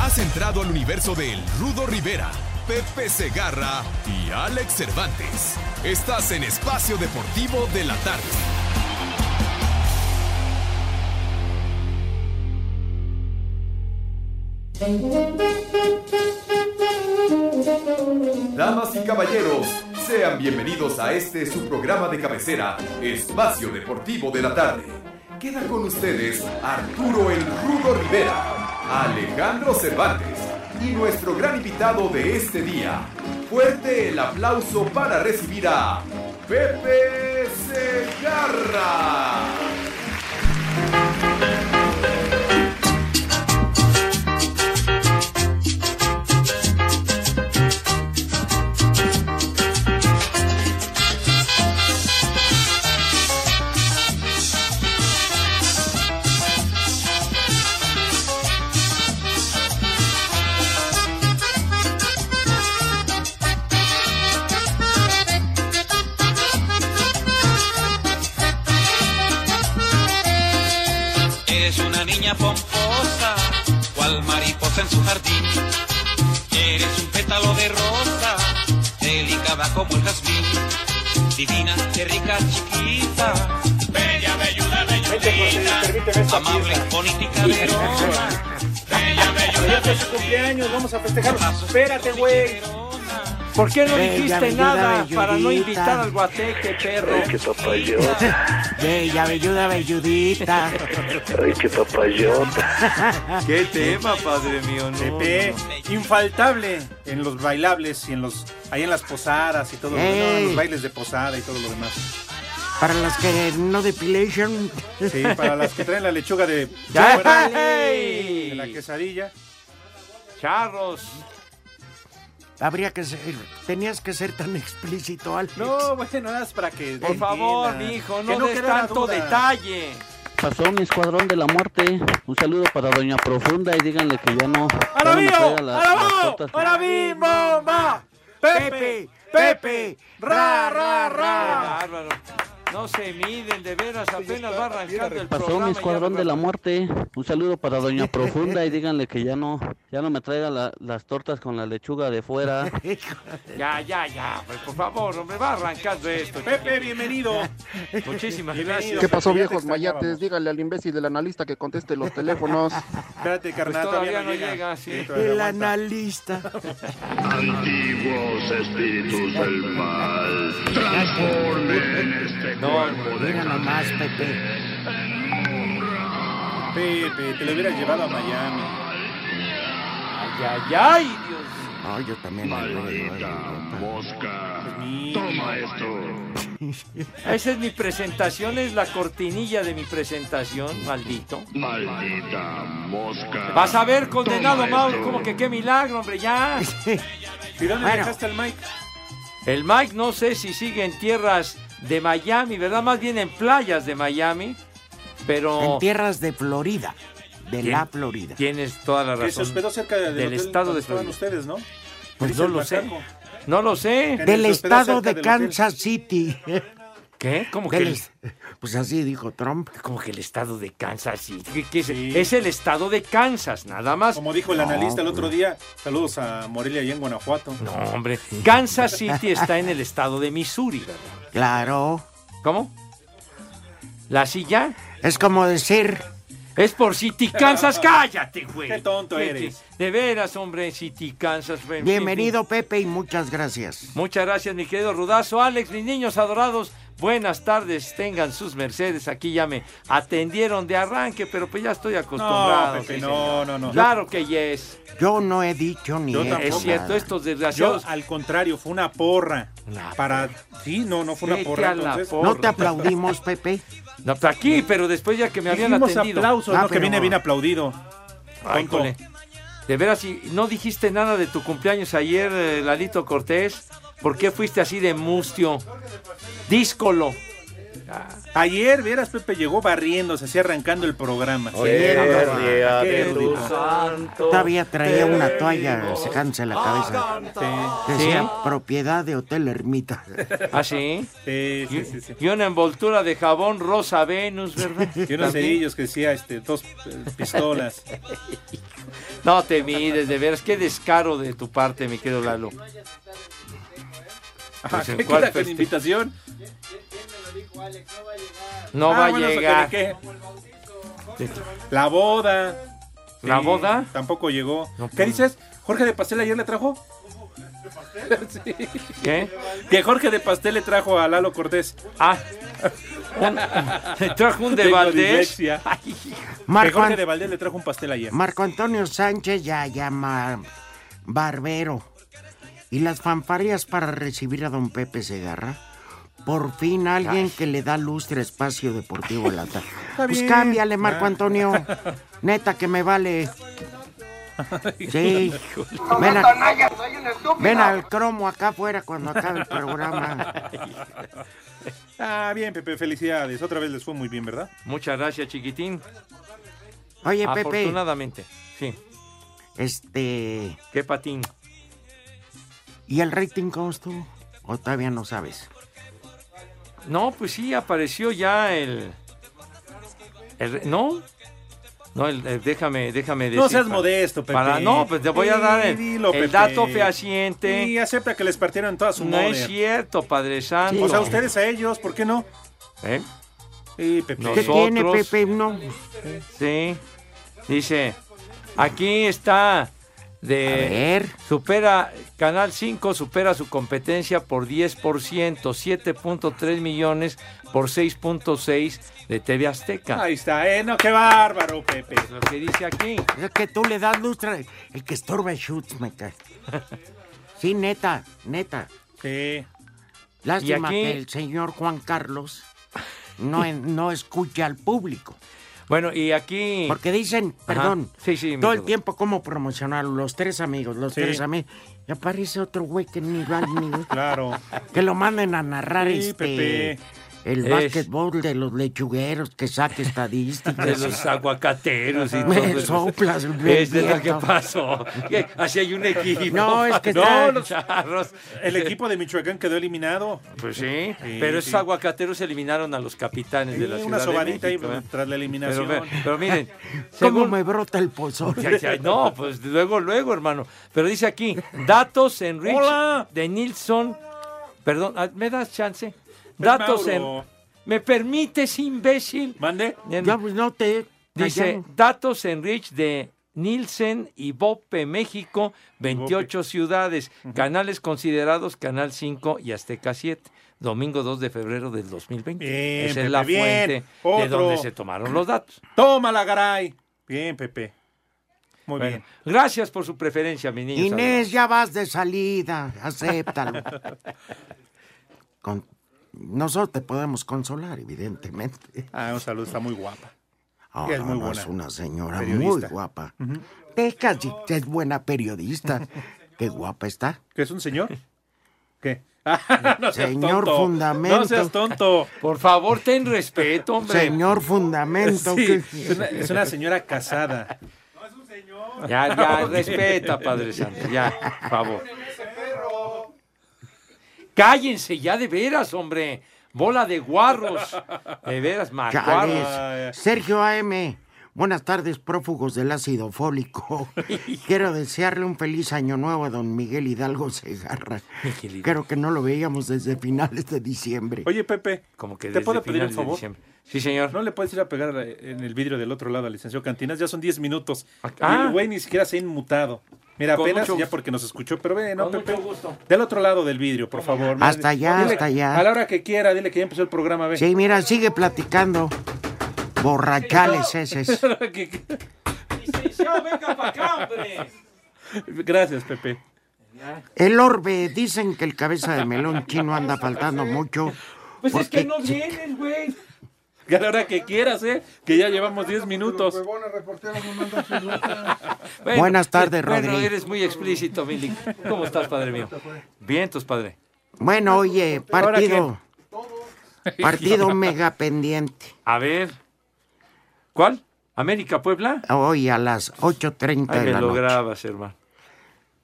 Has entrado al universo del Rudo Rivera, Pepe Segarra y Alex Cervantes. Estás en Espacio Deportivo de la Tarde. Damas y caballeros, sean bienvenidos a este su programa de cabecera, Espacio Deportivo de la Tarde. Queda con ustedes Arturo el Rudo Rivera, Alejandro Cervantes y nuestro gran invitado de este día. Fuerte el aplauso para recibir a Pepe Segarra. Eres una niña pomposa, cual mariposa en su jardín. Eres un pétalo de rosa, delicada como el jazmín. Divina, qué rica chiquita, bella, belluda, belludita, amable, bonita y caderona. Bella, belluda, cumpleaños, vamos a festejar. ¿Por qué no Bella, dijiste belludita, nada para no belludita. invitar al guateque, perro? Ay, qué papayota. Bella, belluda, belludita. Ay, qué papayota. ¿Qué tema, padre mío? No, Pepe, no, no. infaltable en los bailables y en los ahí en las posadas y todo lo demás, Ey. en los bailes de posada y todo lo demás. Para los que no depilation. Sí, para las que traen la lechuga de, Ya, fuera, ey. de la quesadilla. Charros. Habría que ser, tenías que ser tan explícito, Alex. No, bueno, nada más para que Por favor, entiendan. mi hijo, Que no, des quede la tanto duda. detalle. Pasó mi escuadrón de la muerte. Un saludo para Doña Profunda y díganle que ya no. ya no ¡Ahora me vivo! traiga las- ¡Ahora las vivo! tortas. ¡Ahora vivo, va! ¡Pepe! ¡Pepe! ¡Ra, ra, ra! Qué bárbaro. No se miden, de veras, apenas va arrancando el Pasó programa. mi y ya escuadrón me de la va- muerte. Un saludo para Doña Profunda y díganle que ya no, ya no me traiga la- las tortas con la lechuga de fuera. Ya, ya, ya, hombre, por favor, hombre, va arrancando esto. Pepe, bienvenido. Muchísimas Bienvenido. gracias. ¿Qué ¿Qué pasó, pasó, Ya te viejos viejos extrañaba. mayates? mayates? Dígale al imbécil del analista que conteste los teléfonos. Espérate, carnal, Pues todavía, no llega. sí. todavía El aguanta. analista. Antiguos espíritus del mal, transformen este cuerpo de Mira nomás, Pepe. Pepe, te lo hubieras llevado a Miami. Ay, ay, ay, Dios. Ay, yo también. maldita mosca. Toma esto. Esa es mi presentación, es la cortinilla de mi presentación, maldito. Maldita mosca. Vas a ver, condenado Toma Mauro, esto. como que qué milagro, hombre, ya. ¿Y dónde Bueno. dejaste el mic? El Mike no sé si sigue en tierras de Miami, ¿verdad? Más bien en playas de Miami, pero En tierras de Florida. De ¿Quién? la Florida. tienes toda la Que se razón. hospedó cerca del, del hotel estado donde de estaban Florida. ustedes, ¿no? Pues Dice no el lo sé, macaco. no lo sé. Del se hospedó estado cerca de del hotel. Kansas City. ¿Qué? ¿Cómo que Del el, es- Pues así dijo Trump. como que el estado de Kansas? sí? ¿Qué- qué es? Sí. es el estado de Kansas, nada más. Como dijo el analista el pues. otro día, saludos a Morelia y en Guanajuato. No, hombre, Kansas City está en el estado de Missouri, ¿verdad? Claro. ¿Cómo? ¿La silla? Es como decir, Es por City Kansas, cállate, güey. Qué tonto Vete. eres. De veras, hombre, City Kansas. en fin, bienvenido en Pepe y muchas gracias. fin. Muchas gracias, mi querido Rudazo. Alex, mis niños adorados, buenas tardes, tengan sus mercedes. Aquí ya me atendieron de arranque, pero pues ya estoy acostumbrado. No, Pepe, sí, no, señor. no, no. Claro que yes. Yo no he dicho ni Yo he hecho tampoco. Es cierto, nada. estos Yo, ah, desgraciados. al contrario, fue una porra. Una para... Sí, no, no fue una Vete porra. a la Entonces, porra. No te aplaudimos, Pepe. No, pues aquí, pero después ya que me habían Dijimos atendido. aplausos, Ah, no, que pero- viene bien aplaudido. Ay, Tonto. cole. De veras, y no dijiste nada de tu cumpleaños ayer, eh, Lalito Cortés. ¿Por qué fuiste así de mustio? Díscolo. Ayer, vieras, Pepe llegó barriéndose, así arrancando el programa. Todavía traía una toalla secándose la cabeza. Decía Ah, ¿Sí? propiedad de Hotel Ermita. ¿Ah, sí? y, y una envoltura de jabón rosa Venus, ¿verdad? Y unos cerillos que decía, este, dos eh, pistolas. No te mires, de veras, qué descaro de tu parte, mi querido Lalo. Ajá, Pues, ¿en ¿Qué cuál queda con feste- invitación? Ah, No va a bueno, llegar. ¿qué- qué? La boda. ¿La Sí, boda? Tampoco llegó. No pues, ¿Qué puedo. dices? ¿Jorge de Pastel ayer le trajo? Sí. ¿Qué? Que Jorge de Pastel le trajo a Lalo Cortés. Ah. Le trajo un de Valdés. Que Marco, Jorge An- de Valdés le trajo un pastel ayer. Marco Antonio Sánchez ya llama Barbero. Y las fanfarias para recibir a don Pepe Segarra. Por fin alguien que le da lustre a espacio deportivo la tarde. Pues bien. cámbiale, Marco Antonio. Neta que me vale. Sí. Ven, a- ven al cromo acá afuera cuando acabe el programa. Ah, bien, Pepe, felicidades. Otra vez les fue muy bien, ¿verdad? Muchas gracias, chiquitín. Oye, Pepe, Afortunadamente. Sí. este. Qué patín. ¿Y el rating cómo estuvo? ¿O todavía no sabes? No, pues sí, apareció ya el. el- ¿No? No, el- el- déjame, déjame decir. No seas para- modesto, Pepe. para- no, pues te voy a dar el, Sí, dilo, el Pepe. dato fehaciente. Y acepta que les partieron toda su No madre. es cierto, Padre Santo. O sea, ustedes a ellos, ¿por qué no? ¿Eh? Sí, Pepe. No. ¿Qué tiene Nosotros- Pepe? No. Sí. Dice, aquí está A de ver. supera Canal 5 supera su competencia por 10%, 7.3 millones por 6.6 de TV Azteca. Ahí está, eh, no, qué bárbaro, Pepe. Es lo que dice aquí. Es que tú le das lustre. El que estorba chutes, me cae. Sí, neta, neta. Sí. Lástima aquí- que el señor Juan Carlos no, en- no escucha al público. Bueno, y aquí Porque dicen, perdón, Sí, sí, mi todo el Rudo. tiempo cómo promocionar los tres amigos, los Sí. tres amigos. Y aparece otro güey que ni va ni Claro. Que lo manden a narrar Sí, este... Pepe. El Es- básquetbol de los lechugueros que saque estadísticas. de los aguacateros y Me todo. eso. soplas el Este es lo viento. que pasó. Que Así hay un equipo. No, es que No, está- los charros. El equipo de Michoacán quedó eliminado. Pues sí, Sí, pero esos sí. aguacateros eliminaron a los capitanes Sí, de la ciudad. una de sobadita ahí México, ¿eh? tras la eliminación. pero, ve- pero miren, ¿Cómo según- me brota el pozor? Ya, ya, no, pues luego, luego, hermano. Pero dice aquí, datos en Rich Hola. de Nilsson. Perdón, ah, ¿me das chance? Datos en. Mauro. ¿Me permites, imbécil? Mande. En- Ya, pues no te. Dice, Allá- datos en Rich de Nielsen y Bope México, 28 ciudades, canales considerados Canal 5 y Azteca 7, domingo 2 de febrero del 2020. Bien, Esa Pepe, es la bien. fuente de Otro. donde se tomaron los datos. Tómala, garay. Bien, Pepe. Muy Bueno, bien. gracias por su preferencia, mi niño. Inés, ya vas de salida. Acéptalo. Con- Nosotros te podemos consolar, evidentemente. Ah, un saludo, está muy guapa. Ahora es muy no buena. es una señora Periodista. muy guapa. Deja si es buena periodista. Qué guapa está. ¿Qué es un señor? ¿Qué? Ah, no seas Señor tonto. Fundamento. No seas tonto. Por favor, ten respeto, hombre. Señor Fundamento. Sí, que- es, una, es una señora casada. Ya, ya, respeta, Padre Santo, ya, por favor. Cállense ya de veras, hombre. Bola de guarros. De veras, macuarros. Ay, ay. Chales. Sergio AM. Buenas tardes, prófugos del ácido fólico. Quiero desearle un feliz año nuevo a don Miguel Hidalgo Segarra. Miguel Hidalgo. Creo que no lo veíamos desde finales de diciembre. Oye, Pepe, Como que ¿te desde puedo pedir un finales de favor? diciembre. Sí, señor. No le puedes ir a pegar eh, en el vidrio del otro lado al licenciado Cantinas, ya son 10 minutos. Ah. Y el güey ni siquiera se ha inmutado. Mira, Con apenas mucho ya gusto. porque nos escuchó, pero ve, ¿no, Con Pepe? mucho gusto. Del otro lado del vidrio, por favor. Hasta Mira, allá, dile- hasta allá. A la hora que quiera, dile que ya empezó el programa, ve. Sí, mira, sigue platicando. Borrachales eses. Que- que- Licenciado, venga para acá, hombre. Gracias, Pepe. El orbe, dicen que el cabeza de melón chino anda faltando mucho. Pues es porque que no vienes, güey. a la hora que quieras, ¿eh? Que ya llevamos 10 minutos. Bueno, eh, Buenas tardes, bueno, Rodrigo. eres muy explícito, Milik. ¿Cómo estás, padre mío? Bien, tus padre. Bueno, oye, ¿Ahora partido. Partido mega pendiente. A ver. ¿Cuál? ¿América Puebla? Hoy a las 8.30 Ay, de me la lo noche. grabas, hermano.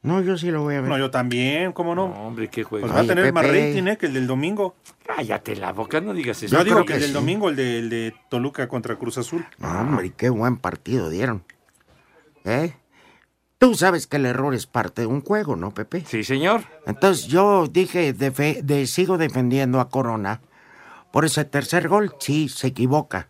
No, yo sí lo voy a ver. No, yo también, ¿cómo no? hombre, qué juego. Pues va a Ay, tener más Pepe. Pues rating, ¿eh? Que el del domingo. Cállate la boca, no digas eso. Yo, digo creo que que el del sí. domingo, el de, el de Toluca contra Cruz Azul. No, hombre, qué buen partido dieron. ¿Eh? Tú sabes que el error es parte de un juego, ¿no, Pepe? Sí, señor. Entonces yo dije, defe- de- sigo defendiendo a Corona por ese tercer gol. Sí, se equivoca.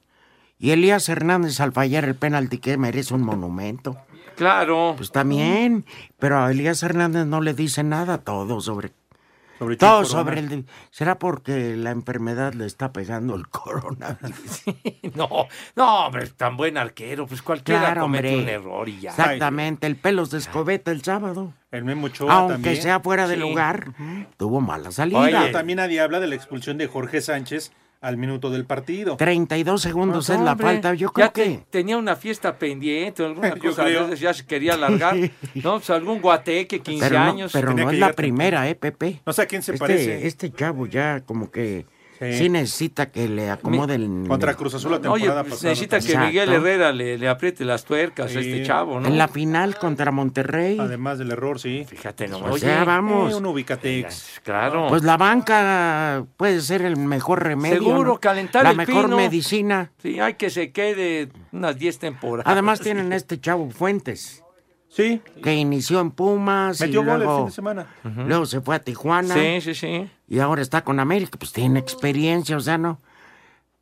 Y Elías Hernández al fallar el penalti que merece un monumento. Claro. Pues también, pero a Elías Hernández no le dice nada todo sobre... Sobre todo Chuck Corona. sobre el... ¿Será porque la enfermedad le está pegando el coronavirus? No, no, hombre, tan buen arquero, pues cualquiera Claro, comete hombre. un error y ya. Exactamente, el pelos de escobeta el sábado. El Memo Ochoa Aunque también. sea fuera de Sí. lugar, tuvo mala salida. Oye, también nadie habla de la expulsión de Jorge Sánchez al minuto del partido. 32 segundos es la Pues, Hombre, falta. Yo ya creo te- que... tenía una fiesta pendiente, alguna Yo cosa, a creo. veces ya se quería alargar. No, pues algún guateque, 15 Pero no, años. pero tenía no que es la llegar temprano. primera, ¿eh, Pepe? No sé a quién se Este, parece. este chavo ya como que Sí. sí, necesita que le acomoden. Contra Cruz Azul la Oye, temporada pues pasada. necesita que también. Exacto. Miguel Herrera le, le apriete las tuercas a este Sí. chavo, ¿no? En la final contra Monterrey. Además del error, sí. Fíjate nomás. o Oye, sea, Pues vamos. Eh, un ubicatex. claro. Pues la banca puede ser el mejor remedio. Seguro, ¿no? calentar La el mejor pino. medicina. Sí, hay que se quede unas 10 temporadas. Además tienen este chavo Fuentes, Sí, que inició en Pumas metió y gol el luego, fin de semana. luego se fue a Tijuana Sí, sí, sí. y ahora está con América. Pues tiene experiencia, o sea, no.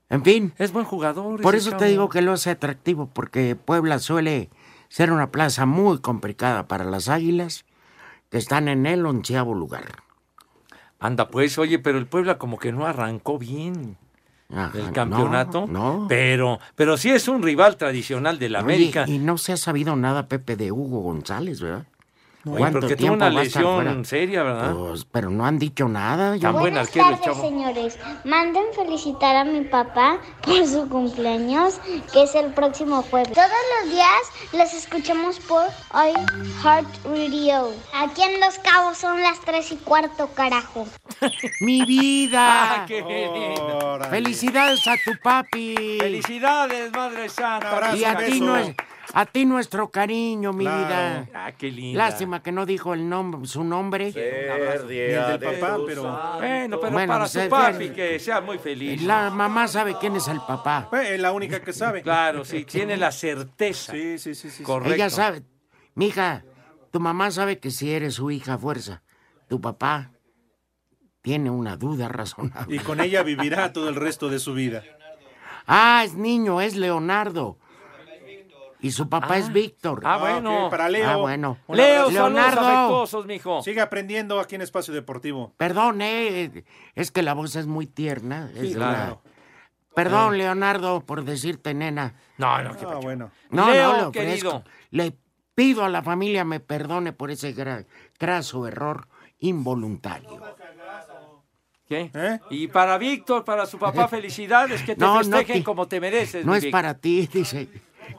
En fin, Es buen jugador. por ese eso te chavo. digo que lo hace atractivo, porque Puebla suele ser una plaza muy complicada para las águilas, que están en el onceavo lugar. Anda, pues, oye, pero el Puebla como que no arrancó bien Ajá, el Ah, no, campeonato. No. Pero, pero sí es un rival tradicional del Oye, América. y no se ha sabido nada, Pepe, de Hugo González, ¿verdad? Oye, porque tuvo una lesión seria, ¿verdad? Pues, pero no han dicho nada. yo- Tan buen Buenas arquero el tardes, chavo. señores. Manden felicitar a mi papá por su cumpleaños, que es el próximo jueves. Todos los días los escuchamos por hoy Heart Radio. Aquí en Los Cabos son las tres y cuarto, carajo. ¡Mi vida! Ah, Oh. qué lindo. Órale. ¡Felicidades a tu papi! ¡Felicidades, Madre Un Santa! abrazo, Y a un ti, beso. nue- a ti nuestro cariño, mi Claro. vida. ¡Ah, qué lindo! Lástima que no dijo el nombre, su nombre. Ni el del papá, pero. Bueno, pero Bueno, para pues, su eh, papi, bueno. que sea muy feliz. La mamá sabe quién es el papá. Pues, es la única que sabe. Claro, sí, tiene la certeza. Sí, sí, sí. sí. Correcto. Ella sabe. Mija, tu mamá sabe que si eres su hija a fuerza, tu papá tiene una duda razonable. Y con ella vivirá todo el resto de su vida. Ah, es niño, es Leonardo. Y su papá es Víctor. Ah, bueno. ok, para Leo. Ah, bueno. Un Leo, abrazo. saludos Leonardo. afectuosos, mijo. Sigue aprendiendo aquí en Espacio Deportivo. Ah, Perdón, eh, es que la voz es muy tierna. es una- claro. Eh. Perdón, Leonardo, por decirte nena. No, no, qué Ah, pacho. bueno. No, Leo, no, le ofrezco. querido. Le pido a la familia me perdone por ese gra- graso error involuntario. ¿Qué? ¿Eh? Y para Víctor, para su papá, felicidades, que te No, no, festejen ti- como te mereces. No mi es Vic. para ti, dice.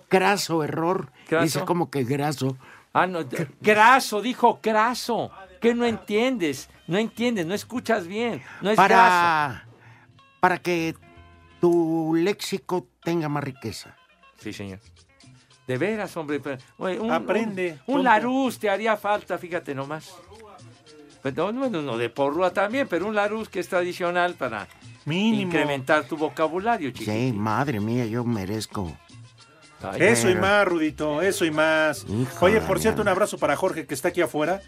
Graso error. ¿Graso? Dice como que graso. Ah, no, d- graso, dijo graso. ¿Qué no entiendes? No entiendes, no escuchas bien. No es graso. Para, para que tu léxico tenga más riqueza. Sí, señor. De veras, hombre. pero- oye, un, Aprende, Un, tonto. un Larús te haría falta, fíjate nomás. Pues no, no, no, no, de porrúa también, pero un Larús que es tradicional para Mínimo. incrementar tu vocabulario, chico. Sí, madre mía, yo merezco. Ay, Eso y más, Rudito, eso y más. Hijo Oye, de por cierto, un mierda. abrazo para Jorge que está aquí afuera.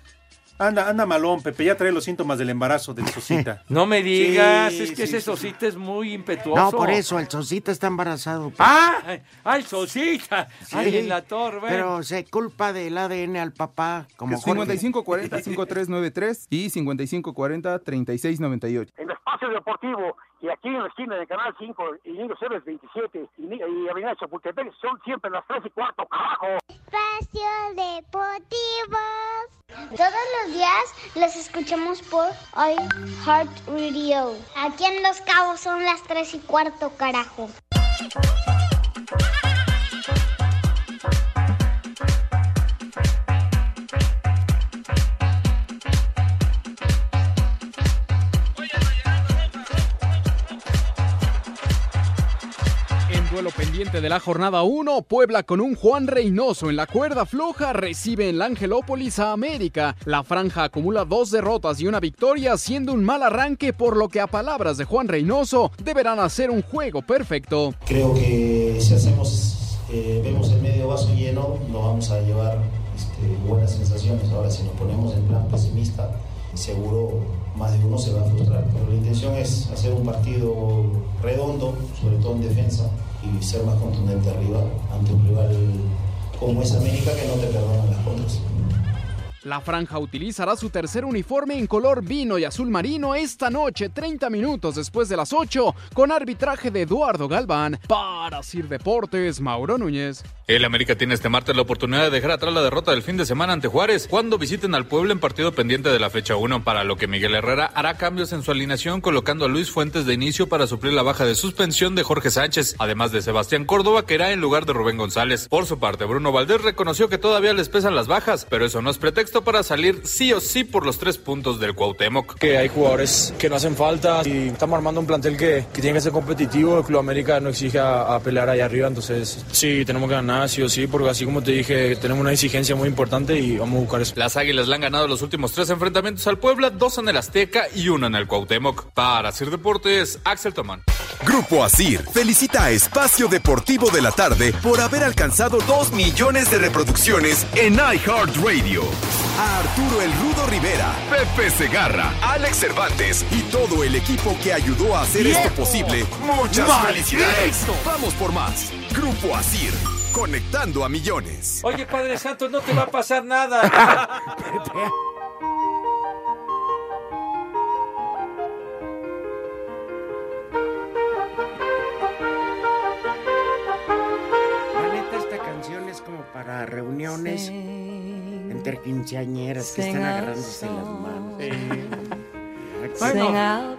Anda, anda malón, Pepe, ya trae los síntomas del embarazo de Sosita. No me digas, Sí, es que sí, ese sí. socita es muy impetuoso. No, por eso, el Sosita está embarazado. pues. ¡Ah! ¡Ay, Sosita! ¡Ay, Sí, en la torre! bueno. Pero se culpa del ADN al papá, como Jorge. 5540-5393 y 5540-3698. En Espacio Deportivo y aquí en la esquina de Canal 5 y Niños Héroes 27 y, Ni- y Avenida Chapultepec son siempre las 3 y cuarto, carajo. Espacio Deportivo. Todos los días los escuchamos por hoy Heart Radio. Aquí en Los Cabos son las tres y cuarto, carajo. En duelo pendiente de la jornada 1, Puebla con un Juan Reynoso en la cuerda floja recibe en la Angelópolis a América. La franja acumula dos derrotas y una victoria, siendo un mal arranque, por lo que a palabras de Juan Reynoso deberán hacer un juego perfecto. Creo que si hacemos, eh, vemos el medio vaso lleno, nos vamos a llevar este, buenas sensaciones. Ahora, si nos ponemos en plan pesimista, seguro más de uno se va a frustrar. Pero la intención es hacer un partido redondo, sobre todo en defensa, y ser más contundente arriba ante un rival como es América que no te perdona las contras. La franja utilizará su tercer uniforme en color vino y azul marino esta noche, 30 minutos después de las 8, con arbitraje de Eduardo Galván. Para Sir Deportes, Mauro Núñez. El América tiene este martes la oportunidad de dejar atrás la derrota del fin de semana ante Juárez cuando visiten al pueblo en partido pendiente de la fecha 1, para lo que Miguel Herrera hará cambios en su alineación colocando a Luis Fuentes de inicio para suplir la baja de suspensión de Jorge Sánchez, además de Sebastián Córdoba que irá en lugar de Rubén González. Por su parte, Bruno Valdés reconoció que todavía les pesan las bajas, pero eso no es pretexto para salir sí o sí por los tres puntos del Cuauhtémoc. que hay jugadores que no hacen falta y estamos armando un plantel que, que tiene que ser competitivo. El Club América no exige a, a pelear ahí arriba, entonces sí, tenemos que ganar, sí o sí, porque así como te dije, tenemos una exigencia muy importante y vamos a buscar eso. Las Águilas le han ganado los últimos tres enfrentamientos al Puebla, dos en el Azteca y uno en el Cuauhtémoc. Para Sir Deportes, Axel Tomán. Grupo Asir felicita a Espacio Deportivo de la Tarde por haber alcanzado 2 millones de reproducciones en iHeartRadio. A Arturo El Rudo Rivera, Pepe Segarra, Alex Cervantes y todo el equipo que ayudó a hacer esto posible, muchas ¡Maldito! felicidades. Vamos por más. Grupo Asir, conectando a millones. Oye, Padre Santo, no te va a pasar nada. La neta, esta canción es como para reuniones entre quinceañeras que están agarrándose las manos. Bueno,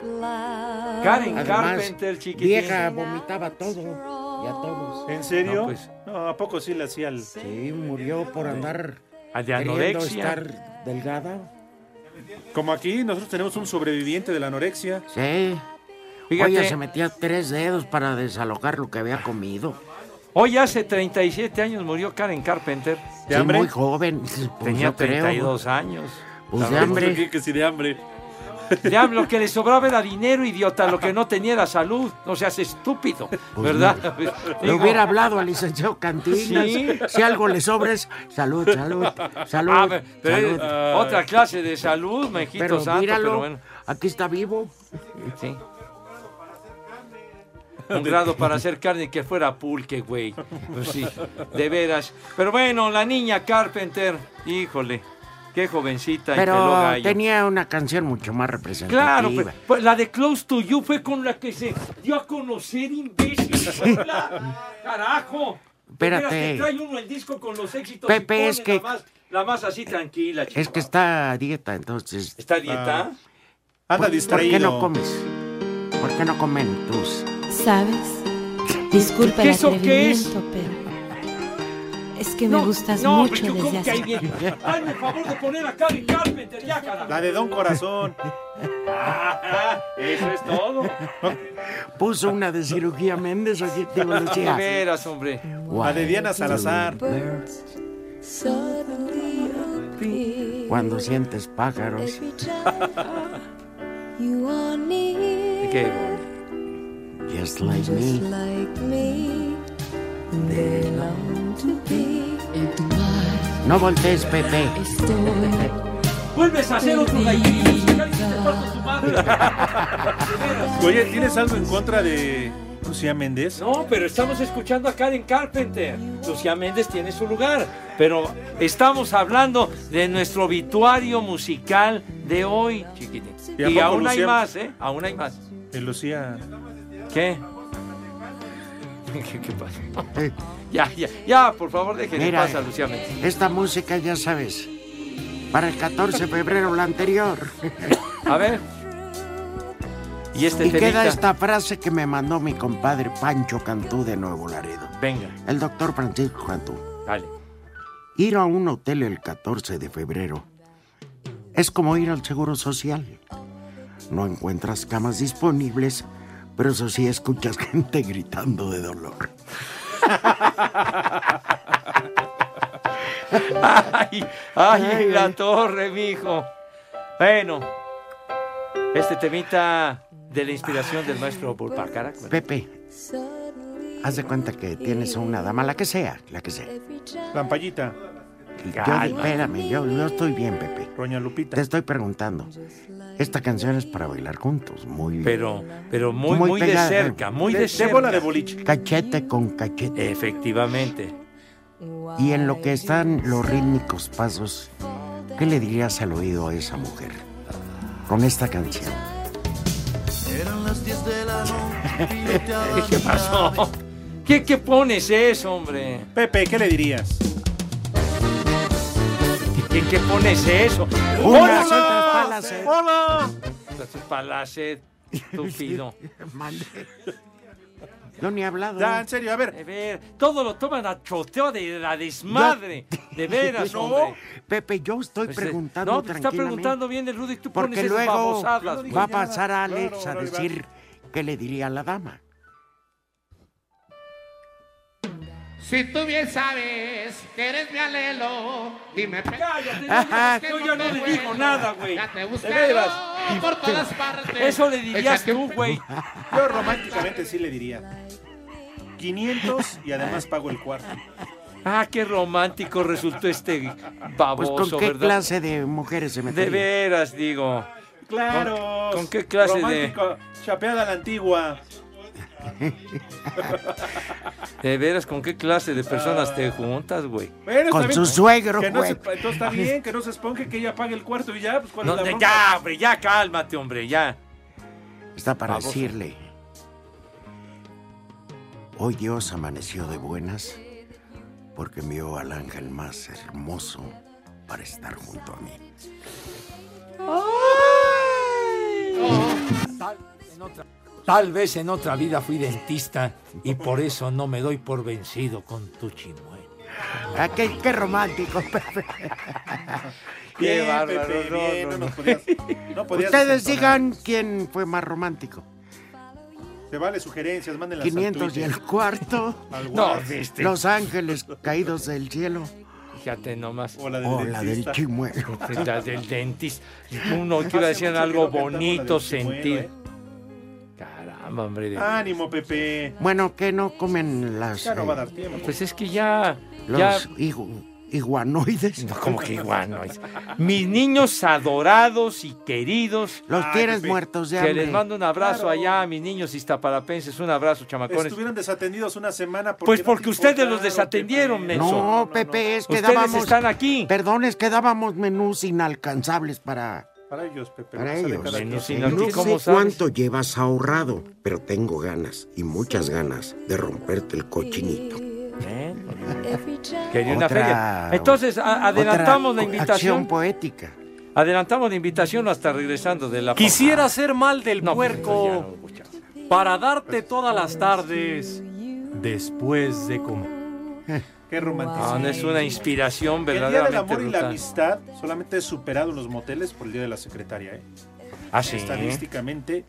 Karen Carpenter, chiquitín. Vieja vomitaba todo y a todos. ¿En serio? No, No, pues. ¿a poco sí le hacía al...? Sí, murió por andar de queriendo estar delgada. Como aquí, nosotros tenemos un sobreviviente de la anorexia. Sí. Fíjate. Oye, se metía tres dedos para desalojar lo que había comido. Hoy hace 37 años murió Karen Carpenter. Sí, muy joven. pues, Tenía yo creo. 32 años. Pues de hambre. Que sí, de hambre. Ya, lo que le sobraba era dinero, idiota. Lo que no tenía era salud. No seas estúpido, ¿verdad? Le Digo, Pues hubiera hablado al licenciado Cantinas. Sí. Ah, Si algo le sobres, salud, salud, salud. A ver, pero salud. es Ah. otra clase de salud, mejito Pero ah, santo, míralo, pero bueno. aquí está vivo. Sí. Un grado para hacer carne que fuera pulque, güey. Pues sí, de veras. Pero bueno, la niña Carpenter, híjole, qué jovencita y peló Pero gallo. tenía una canción mucho más representativa. Claro, pues, pues, la de Close to You fue con la que se dio a conocer, imbécil. Hola, Carajo. De veras Espérate. que trae uno el disco con los éxitos. Pepe, y pone es que- La más, la más así tranquila, Es que está a dieta, entonces. ¿Está a dieta? Ah, Anda ¿Por qué no distraído. comes? ¿Por qué no comen tus? ¿Sabes? Disculpa ¿Qué el eso qué es? atrevimiento, pero es que me gustas no, mucho pero desde yo como que ahí hace viene. Hazme el favor de poner a Karen Carpenter ya, carajo. La de Don Corazón. Eso es todo. Puso una de cirugía Méndez, oye, te lo De decía. veras, hombre. Guau. La de Diana Salazar. Suddenly appear Cuando sientes pájaros. every time you are near. Just like Just me. like me, they long to be No voltees, Pepe. Vuelves a hacer otro gallito musical y se te parto tu madre. De veras. Oye, ¿tienes algo en contra de Lucía Méndez? No, pero estamos escuchando a Karen Carpenter. Lucía Méndez tiene su lugar, pero estamos hablando de nuestro obituario musical de hoy, chiquitín. ¿Y Y, a poco aún hay Lucía- más, ¿eh? Aún hay más. De Lucía... ¿Qué? ¿Qué, qué pasa? Eh, Ya, ya, ya, por favor, déjenme Mira, eh. pasar, Lucía Méndez. Esta música ya sabes. Para el 14 de febrero, la anterior. A ver. Y este Y queda temita- esta frase que me mandó mi compadre Pancho Cantú de Nuevo Laredo. Venga. El doctor Francisco Cantú. Dale. Ir a un hotel el 14 de febrero es como ir al Seguro Social. No encuentras camas disponibles, pero eso sí escuchas gente gritando de dolor. ay, ay, la torre, mijo. Bueno, este temita de la inspiración del maestro pues. Bulpácara. Pepe, haz de cuenta que tienes a una dama, la que sea, la que sea. Lampallita. Yo, espérame, yo, yo estoy bien, Pepe. Roña Lupita. Te estoy preguntando. Esta canción es para bailar juntos, muy bien. Pero, pero muy, muy, Muy de pegada. cerca, muy de, De- de cerca. bola de boliche. Cachete con cachete. Efectivamente. Y en lo que están los rítmicos pasos, ¿qué le dirías al oído a esa mujer? Con esta canción. Eran las 10 de la ¿Qué, qué pasó? ¿Qué, ¿Qué pones eso, hombre? Pepe, ¿qué le dirías? ¿Qué, qué pones eso? Una, ¡Hola! suelta el palacet. ¡Hola! Suelta el palacet, estúpido. No, ni he hablado. Ya, en serio, a ver. todo lo toman a choteo de la desmadre. De veras, No. hombre. Pepe, yo estoy Pues, eh, preguntando no, te está tranquilamente, preguntando bien el Rudy, tú pones Porque esas luego babosadas, pues, güey. va a pasar a Alex a decir qué le diría a la dama. Si tú bien sabes que eres mi alelo, dime. Cállate, Ajá. yo ya no le digo nada, güey. Ya te De veras. buscaré por todas partes. Eso le dirías Échate un tú, güey. Yo románticamente sí le diría. 500 y además pago el cuarto. Ah, qué romántico resultó este baboso, pues con qué ¿verdad? clase de mujeres se De metería. veras, digo. Claro. ¿Con- con qué clase de- Romántico, Chapeada a la antigua. De veras, ¿con qué clase de personas te juntas, güey? Bueno, está bien. Que no se- güey. entonces está bien, que no se esponje, que ella pague el cuarto y ya, pues cuál No, es la de- bronca? ya, hombre, ya cálmate, hombre, ya. Está para Baboso. decirle. Hoy Dios amaneció de buenas porque envió al ángel más hermoso para estar junto a mí. Tal, en otra- tal vez en otra vida fui dentista y por eso no me doy por vencido con tu chimuelo. Ah, qué, qué romántico, Pepe. Qué Bien, bárbaro, Pepe, no, bien, no, no no. nos podías- no podías Ustedes desentonar. digan quién fue más romántico. Se vale sugerencias, mándenlas 500 y el cuarto. Al No, WhatsApp. este. Los ángeles caídos del cielo. Fíjate nomás. O la del O la dentista. del chimuelo. La del dentista. Uno que iba a decir algo bonito, ¿eh? sentir. Caramba, hombre. de- Ánimo, Pepe. Bueno, que no comen las. Ya no va a eh, dar tiempo. Pues es que ya. Los ya Mm. igu- iguanoides. No, como que iguanoides. Mis niños adorados y queridos. Los tienes muertos de Que hambre. les mando un abrazo Claro. allá a mis niños iztaparapenses. Un abrazo, chamacones. Estuvieron desatendidos una semana. ¿por Pues qué no te porque ustedes los importaron, desatendieron, Pepe? menso. No, Pepe, es que Ustedes dábamos. están aquí. Perdón, es que dábamos menús inalcanzables para. Para ellos, Pepe. lo Para que sale ellos. cada quien. Eh, No sé cuánto llevas ahorrado, pero tengo ganas y muchas ganas de romperte el cochinito. Quería una Otra- feria. Entonces, a- adelantamos la otra invitación. acción poética. Adelantamos la invitación hasta regresando de la. Quisiera ser mal del No, pues, ya puerco para darte todas las tardes después de comer. Eh, Qué romántico. Ah, no es una inspiración El Día del verdaderamente Amor y la brutal. Amistad solamente es superado en los moteles por el Día de la Secretaria, ¿eh? Ah, sí. Estadísticamente,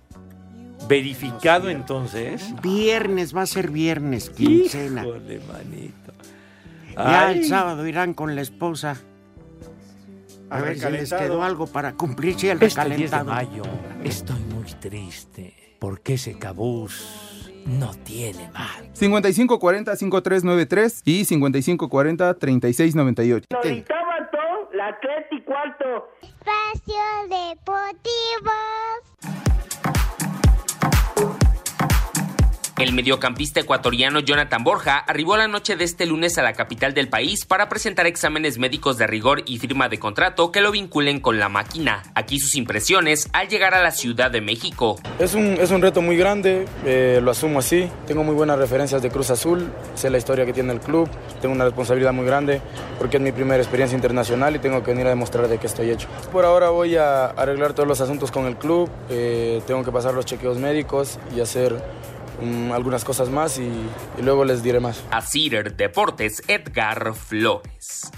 Verificado entonces. Viernes va a ser viernes, quincena. Híjole, manito. Ya Ay. el sábado irán con la esposa. A Al ver si les recalentado. quedó algo para cumplirse el Este 10 de recalentado. mayo estoy muy triste porque ese cabús no tiene más. 5540-5393 y 5540-3698. la tres y cuarto. Espacio Deportivo. El mediocampista ecuatoriano Jonathan Borja arribó la noche de este lunes a la capital del país para presentar exámenes médicos de rigor y firma de contrato que lo vinculen con la máquina. Aquí sus impresiones al llegar a la Ciudad de México. Es un, es un reto muy grande, eh, lo asumo así. Tengo muy buenas referencias de Cruz Azul, sé la historia que tiene el club, tengo una responsabilidad muy grande porque es mi primera experiencia internacional y tengo que venir a demostrar de qué estoy hecho. Por ahora voy a arreglar todos los asuntos con el club, eh, tengo que pasar los chequeos médicos y hacer mm, algunas cosas más y, y luego les diré más. A Cider Deportes, Edgar Flores.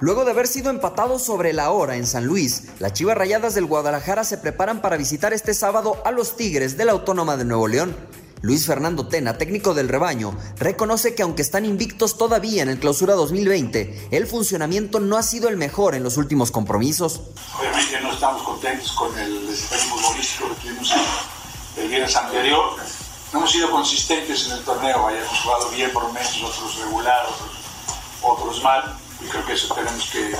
Luego de haber sido empatados sobre la hora en San Luis, las Chivas Rayadas del Guadalajara se preparan para visitar este sábado a los Tigres de la Autónoma de Nuevo León. Luis Fernando Tena, técnico del rebaño, reconoce que aunque están invictos todavía en el clausura 2020, el funcionamiento no ha sido el mejor en los últimos compromisos. Obviamente no estamos contentos con el desempeño futbolístico que tuvimos el viernes anterior. No hemos sido consistentes en el torneo, vaya, hemos jugado bien por momentos, otros regular, otros, otros mal, y creo que eso tenemos que,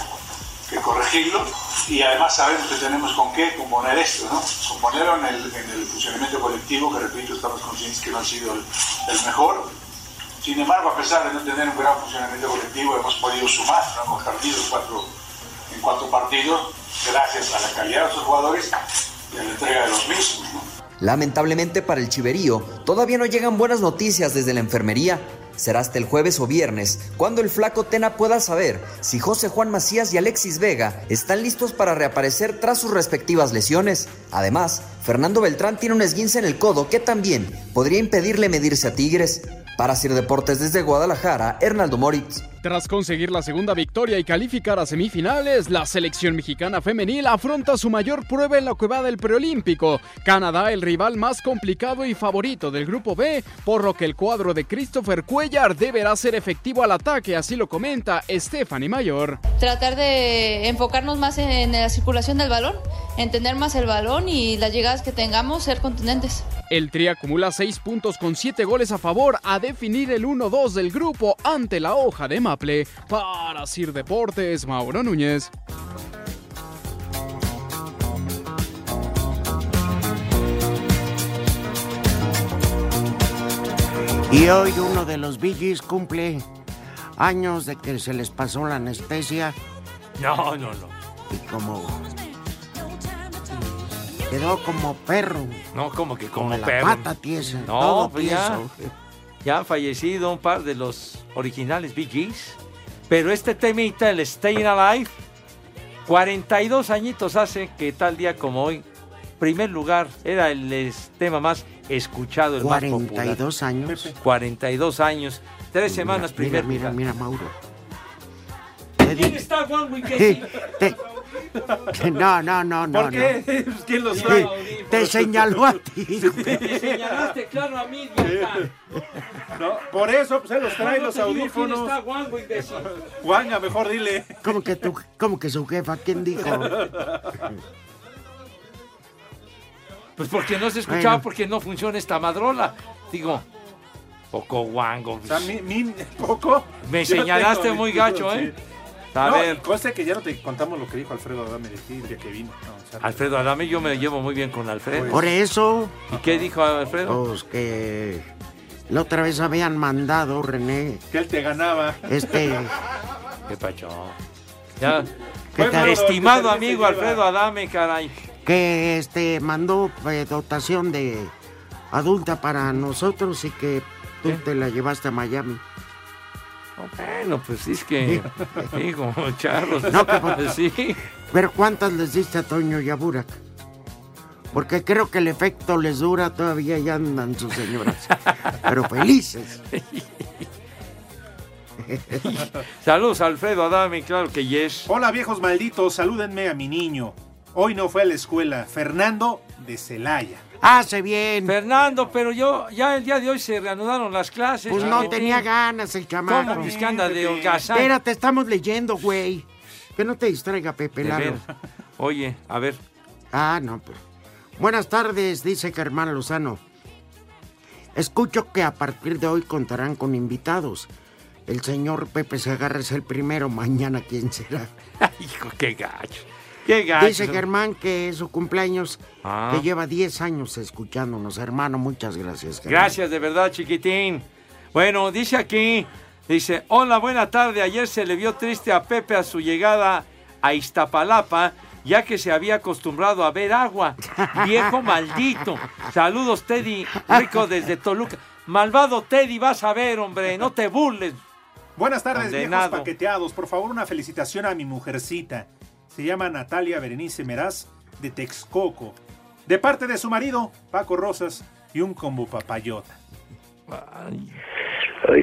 que corregirlo. Y además sabemos que tenemos con qué componer esto, ¿no? Componerlo en el, en el funcionamiento colectivo, que repito, estamos conscientes que no ha sido el, el mejor. Sin embargo, a pesar de no tener un gran funcionamiento colectivo, hemos podido sumar, ¿no? hemos perdido cuatro, en cuatro partidos, gracias a la calidad de los jugadores y a la entrega de los mismos. ¿no? Lamentablemente para el Chiverío, todavía no llegan buenas noticias desde la enfermería. Será hasta el jueves o viernes cuando el flaco Tena pueda saber si José Juan Macías y Alexis Vega están listos para reaparecer tras sus respectivas lesiones. Además, Fernando Beltrán tiene un esguince en el codo que también podría impedirle medirse a Tigres. Para Sir Deportes desde Guadalajara, Hernaldo Moritz. Tras conseguir la segunda victoria y calificar a semifinales, la selección mexicana femenil afronta su mayor prueba en la que va del preolímpico. Canadá, el rival más complicado y favorito del grupo B, por lo que el cuadro de Christopher Cuellar deberá ser efectivo al ataque, así lo comenta Stephanie Mayor. Tratar de enfocarnos más en la circulación del balón, entender más el balón y las llegadas que tengamos ser contundentes. El Tri acumula 6 puntos con 7 goles a favor a definir el 1-2 del grupo ante la hoja de Maple. Para Sir Deportes, Mauro Núñez. Y hoy uno de los Billys cumple años de que se les pasó la anestesia No, no, no. y como quedó como perro, No, como que como, con la perro. pata tiesa, No, todo pues ya, tieso. ya han fallecido un par de los originales Bee Gees. Pero este temita, el Staying Alive, 42 añitos hace que tal día como hoy, primer lugar, era el es- tema más escuchado, el más popular. 42 años. 42 años, tres semanas Mira, primer mira, lugar. mira, Mauro. ¿Quién está Juan Wiquesi? Te- te- no, no, no, no. ¿Por qué? no. ¿Quién lo sabe? te, te señaló a ti. güey. señalaste claro a mí, idiota. No, por eso pues, se los trae No los te digo quién audífonos. está Juanjo, imbécil. Juanga, mejor dile. ¿Cómo que, tu, ¿Cómo que su jefa? ¿Quién dijo? Pues porque no se escuchaba, Bueno. porque no funciona esta madrola. Digo, poco guango. O sea, mi, mi- poco. Me Yo señalaste tengo- muy gacho, ¿eh? A no, ver. y cosa que ya no te contamos lo que dijo Alfredo Adame de ti el día que vino. No, o sea, Alfredo Adame, yo me llevo muy bien con Alfredo. Por eso, ¿Y qué dijo Alfredo? pues que la otra vez habían mandado, René, que él te ganaba. este... ¿Qué pacho? Ya. ¿Qué tal? Estimado amigo Alfredo Adame, caray. que este mandó eh, dotación de adulta para nosotros y que tú te la llevaste a Miami. Bueno, pues es que. Digo, charros. No, que por- sí. Pero ¿cuántas les diste a Toño y a Burak? Porque creo que el efecto les dura todavía y andan sus señoras. Pero felices. Saludos, Alfredo Adame, claro que yes. Hola viejos malditos, salúdenme a mi niño. Hoy no fue a la escuela, Fernando de Celaya. Hace bien. Fernando, pero yo, ya el día de hoy se reanudaron las clases. Pues no chiquitín. tenía ganas el chamaco. ¿Cómo? Pues que anda de holgazán. Espérate, estamos leyendo, güey. Que no te distraiga, Pepe De Lalo. ver. Oye, a ver. Ah, no, pues. Buenas tardes, dice Germán Lozano. Escucho que a partir de hoy contarán con invitados. El señor Pepe Segarra es el primero, mañana quién será. Hijo, qué gacho. Qué gacho. Dice Germán que es su cumpleaños, Ah. que lleva 10 años escuchándonos, hermano. Muchas gracias, Germán. Gracias de verdad, chiquitín. Bueno, dice aquí, dice, hola, buena tarde. Ayer se le vio triste a Pepe a su llegada a Iztapalapa, ya que se había acostumbrado a ver agua. Viejo maldito. Saludos, Teddy, rico desde Toluca. Malvado Teddy, vas a ver, hombre, no te burles. Buenas tardes, Condenado. viejos paqueteados. Por favor, una felicitación a mi mujercita. Se llama Natalia Berenice Meraz, de Texcoco. De parte de su marido, Paco Rosas, y un combo papayota. Ay,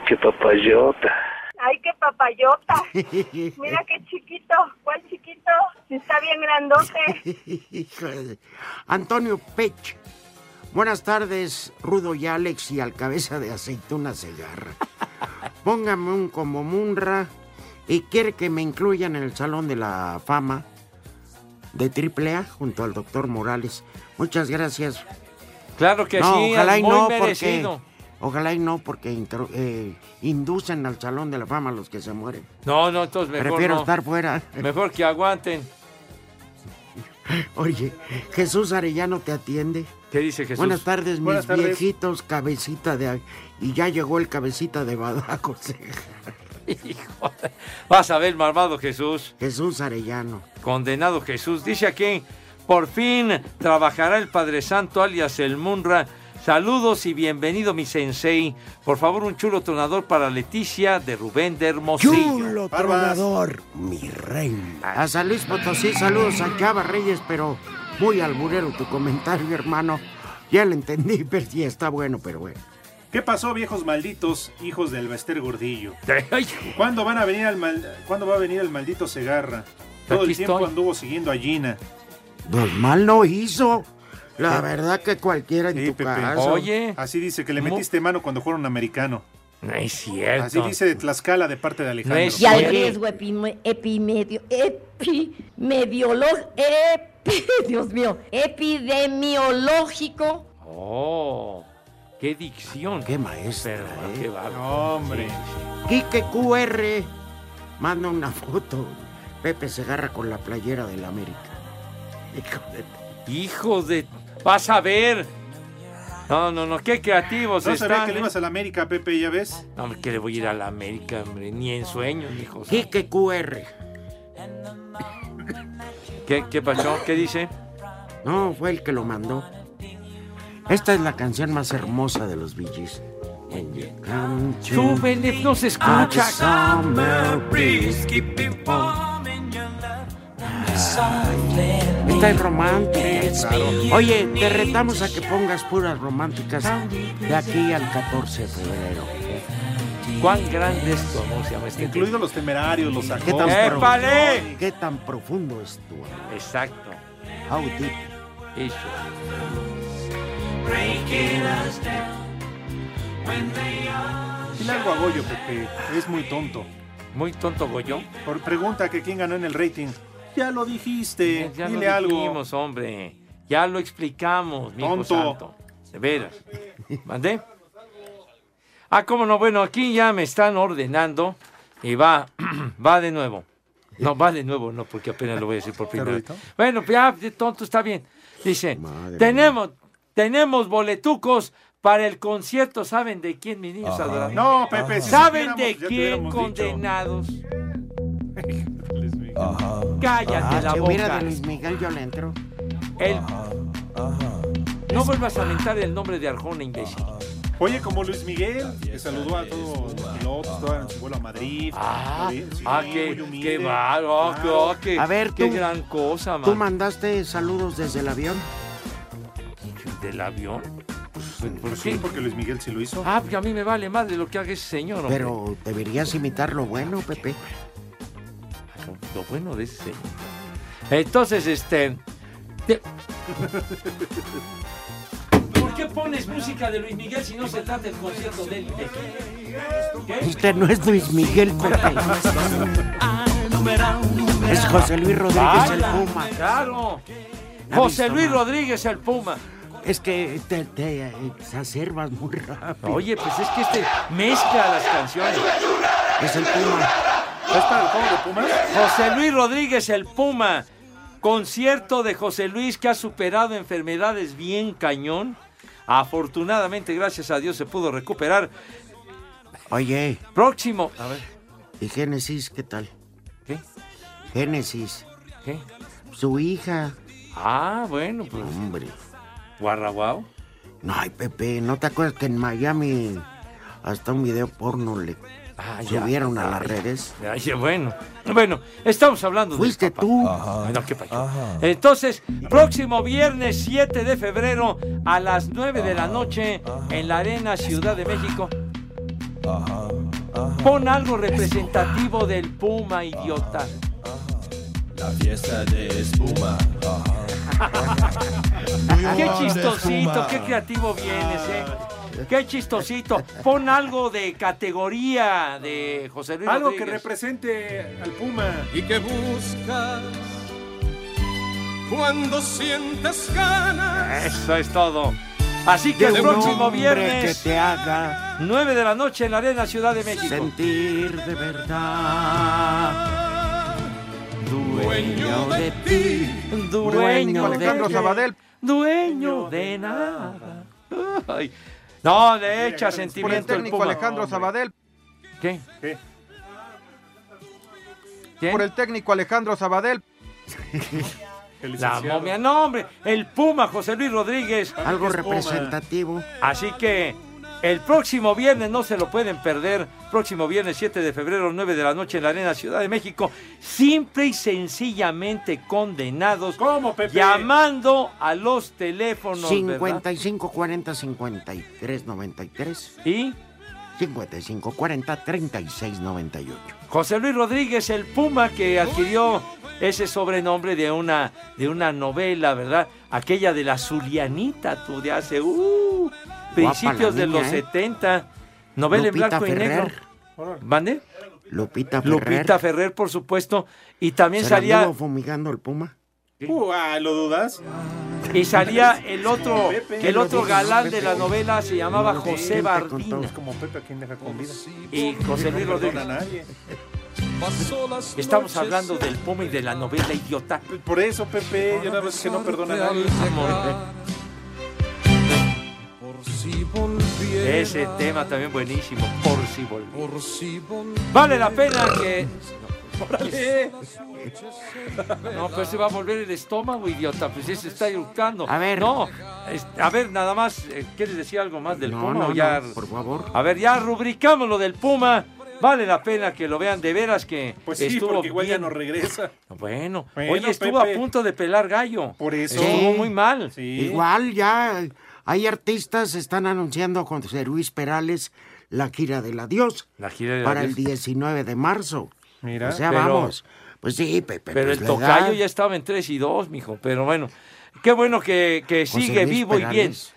qué papayota. Ay, qué papayota. Mira qué chiquito. ¿Cuál chiquito? Si Está bien grandote. Híjole. Antonio Pech. Buenas tardes, Rudo y Alex y al cabeza de aceituna Segarra. Póngame un como Munra y quiere que me incluyan en el Salón de la Fama de AAA junto al doctor Morales. Muchas gracias. Claro que sí, es muy merecido. Ojalá y no, porque intro- eh, inducen al Salón de la Fama a los que se mueren. No, no, entonces mejor Prefiero no. estar fuera. Mejor que aguanten. Oye, Jesús Arellano te atiende. ¿Qué dice Jesús? Buenas tardes, mis Buenas tardes. viejitos, cabecita de... Y ya llegó el cabecita de Badajoz. Vas a ver, malvado Jesús. Jesús Arellano. Condenado Jesús. Dice aquí, por fin trabajará el Padre Santo alias el Munra. Saludos y bienvenido mi sensei. Por favor, un chulo tronador para Leticia de Rubén de Hermosillo. Chulo tronador, mi reina. A San Luis Potosí, saludos a Chava Reyes, pero muy alburero tu comentario, hermano. Ya lo entendí, pero sí está bueno, pero bueno. ¿Qué pasó, viejos malditos, hijos del Bester Gordillo? ¿Cuándo, van a venir al mal- ¿Cuándo va a venir el maldito Segarra? Todo Aquí el tiempo estoy. anduvo siguiendo a Gina. Pues mal no hizo. La verdad que cualquiera en tu caso. Oye. Así dice que le metiste mano cuando fueron americano. No es cierto. Así dice de Tlaxcala de parte de Alejandro. Y al riesgo epime- epimedio, epimediolo- epi- Dios mío, epidemiológico. Oh, qué dicción. Qué maestro. ¿eh? Qué bárbaro. hombre. Quique QR manda una foto. Pepe se agarra con la playera del América. Hijo de- Hijo de... Vas a ver. No, no, no, qué creativos No sabía están. que le ¿eh? ibas a la América, Pepe, ya ves. No, hombre, que le voy a ir a la América, hombre. Ni en sueños, hijo. Quique QR. ¿Qué, ¿Qué pasó? ¿Qué dice? No, fue el que lo mandó. Esta es la canción más hermosa de los Bee Gees. When you come to- Súbele, no se eh, escucha. Ah, the summer breeze Esta es romántica. Oye, te retamos a que pongas puras románticas de aquí al 14 de febrero. ¿Cuán grande es tu amor? Se llama este Incluido los temerarios, los ¿Qué tan, sacones. profundo, ¿Qué tan profundo es tu amor? Exacto. How deep. Dile algo a Goyo, Pepe. Es muy tonto. ¿Muy tonto Goyo? Por pregunta que quién ganó en el rating. Ya lo dijiste. Ya Dile lo algo. dijimos, hombre. Ya lo explicamos, mi Tonto. santo. De veras. ¿Mandé? Ah, cómo no. Bueno, aquí ya me están ordenando y va, va de nuevo. No, va de nuevo, no, porque apenas lo voy a decir por primera vez. ruidito? Bueno, ya, de tonto, está bien. Dice, tenemos, tenemos boletucos para el concierto. ¿Saben de quién, mis niños Ajá. adorados? No, Pepe, si ¿Saben de supiéramos, ya te quién, hubiéramos dicho. condenados? Cállate Ah, la si hubiera boca. de Luis Miguel, yo le entro. El- No vuelvas Ah. a mentar el nombre de Arjona, imbécil. Ah, Oye, como Luis Miguel, que saludó a todos los pilotos, toda su vuelo a Madrid. Ah, Lo vi- sí, ah, muy qué, humilde. qué bárbaro, qué- oh, qué, A ver, qué tú- gran cosa, ¿Tú man. mandaste saludos desde el avión? Del avión. Pues, ¿Por sí, porque Luis Miguel sí lo hizo. Ah, porque a mí me vale más de lo que haga ese señor. hombre. Pero deberías imitar lo bueno, Pepe. Lo bueno de ese señor. Entonces, este... te- ¿Por qué pones música de Luis Miguel si no se trata del concierto de él? y de ti? ¿Qué? Usted no es Luis Miguel, Pepe. es José Luis Rodríguez el Baila, Puma. Claro. ¿Ha José visto, Luis man? Rodríguez el Puma. Es que te, te exacerbas muy rápido. Oye, pues es que este mezcla las canciones. Es el Puma. ¿Es para el juego de Pumas? José Luis Rodríguez el Puma. Concierto de José Luis que ha superado enfermedades bien cañón. Afortunadamente, gracias a Dios, se pudo recuperar. Oye, Próximo. A ver, ¿y Génesis qué tal? ¿Qué? Génesis. ¿qué? Su hija. Ah, bueno, pues. Hombre. Guarraguao. No, ay, Pepe, ¿no te acuerdas que en Miami hasta un video porno le Ah, ya. subieron a las Ay, redes? ay, ya, bueno. Bueno, estamos hablando de. Fuiste tú. No, qué payo. Entonces, próximo viernes 7 de febrero a las 9 de la noche en la Arena Ciudad de México. Pon algo representativo del Puma, idiota. La fiesta de espuma. Qué chistosito, qué creativo vienes, eh. Ah. Qué chistosito. Pon algo de categoría de José Luis Algo que Rodríguez. represente al Puma. ¿Y qué buscas cuando sientes ganas? Eso es todo. Así que el De un próximo hombre viernes, Que te haga 9 de la noche en la Arena Ciudad de México. sentir de verdad. Dueño de ti. Dueño Alejandro de Sabadell. Dueño de nada. Ay. No, le echa Por el sentimiento el técnico Puma. Alejandro Sabadell. ¿Qué? ¿Qué? ¿Quién? Por el técnico Alejandro Sabadell. El La licenciado. momia, no, hombre. El Puma, José Luis Rodríguez. Algo Es Puma. representativo. Así que el próximo viernes no se lo pueden perder. Próximo viernes 7 de febrero, 9 de la noche en la Arena Ciudad de México. Simple y sencillamente condenados. ¿Cómo, Pepe? Llamando a los teléfonos. ¿verdad? 55 40 53 93. Y 55 40 36 98. José Luis Rodríguez, el Puma, que adquirió ese sobrenombre de una, de una novela, ¿verdad? Aquella de la Zulianita, tú de hace uh, principios de niña, los ¿eh? 70. Novela en Lupita blanco y Ferrer. negro. ¿Vale? Lupita Ferrer. Lupita Ferrer, por supuesto. Y también ¿Se la salía, anduvo fumigando el puma? Uh, ah, ¿Lo dudas? y salía el otro, Pepe, el lo otro dices, galán Pepe. de la novela, se llamaba No, José vente con Bardina. todo. Es como Pepe a quien deja con vida. Y José Luis No perdona Rodríguez. a nadie. Estamos hablando del Puma y de la novela idiota. Por eso, Pepe, yo nada más que no perdona a nadie. Por si volviera. Ese tema también buenísimo, por si volviera. Por si volviera. Vale la pena que... ¡Órale! No, pues se va a volver el estómago, idiota. Pues ese está eructando. A ver. No, es- a ver, nada más, eh, ¿quieres decir algo más del no, Puma no, o no, ya... por favor. A ver, ya rubricamos lo del Puma. Vale la pena que lo vean de veras que Pues sí, estuvo porque igual ya bien. no regresa. Bueno, Bueno, oye, estuvo Pepe. a punto de pelar gallo. Por eso. Estuvo muy mal. Sí. Igual ya hay artistas están anunciando con José Luis Perales la gira del adiós La gira de para adiós. el 19 de marzo. Mira. o sea, Pero- vamos. Pues sí, Pepe. Pero pues el la tocayo edad. ya estaba en 3 y 2, mijo. Pero bueno, qué bueno que, que José sigue Luis vivo y bien. Perales.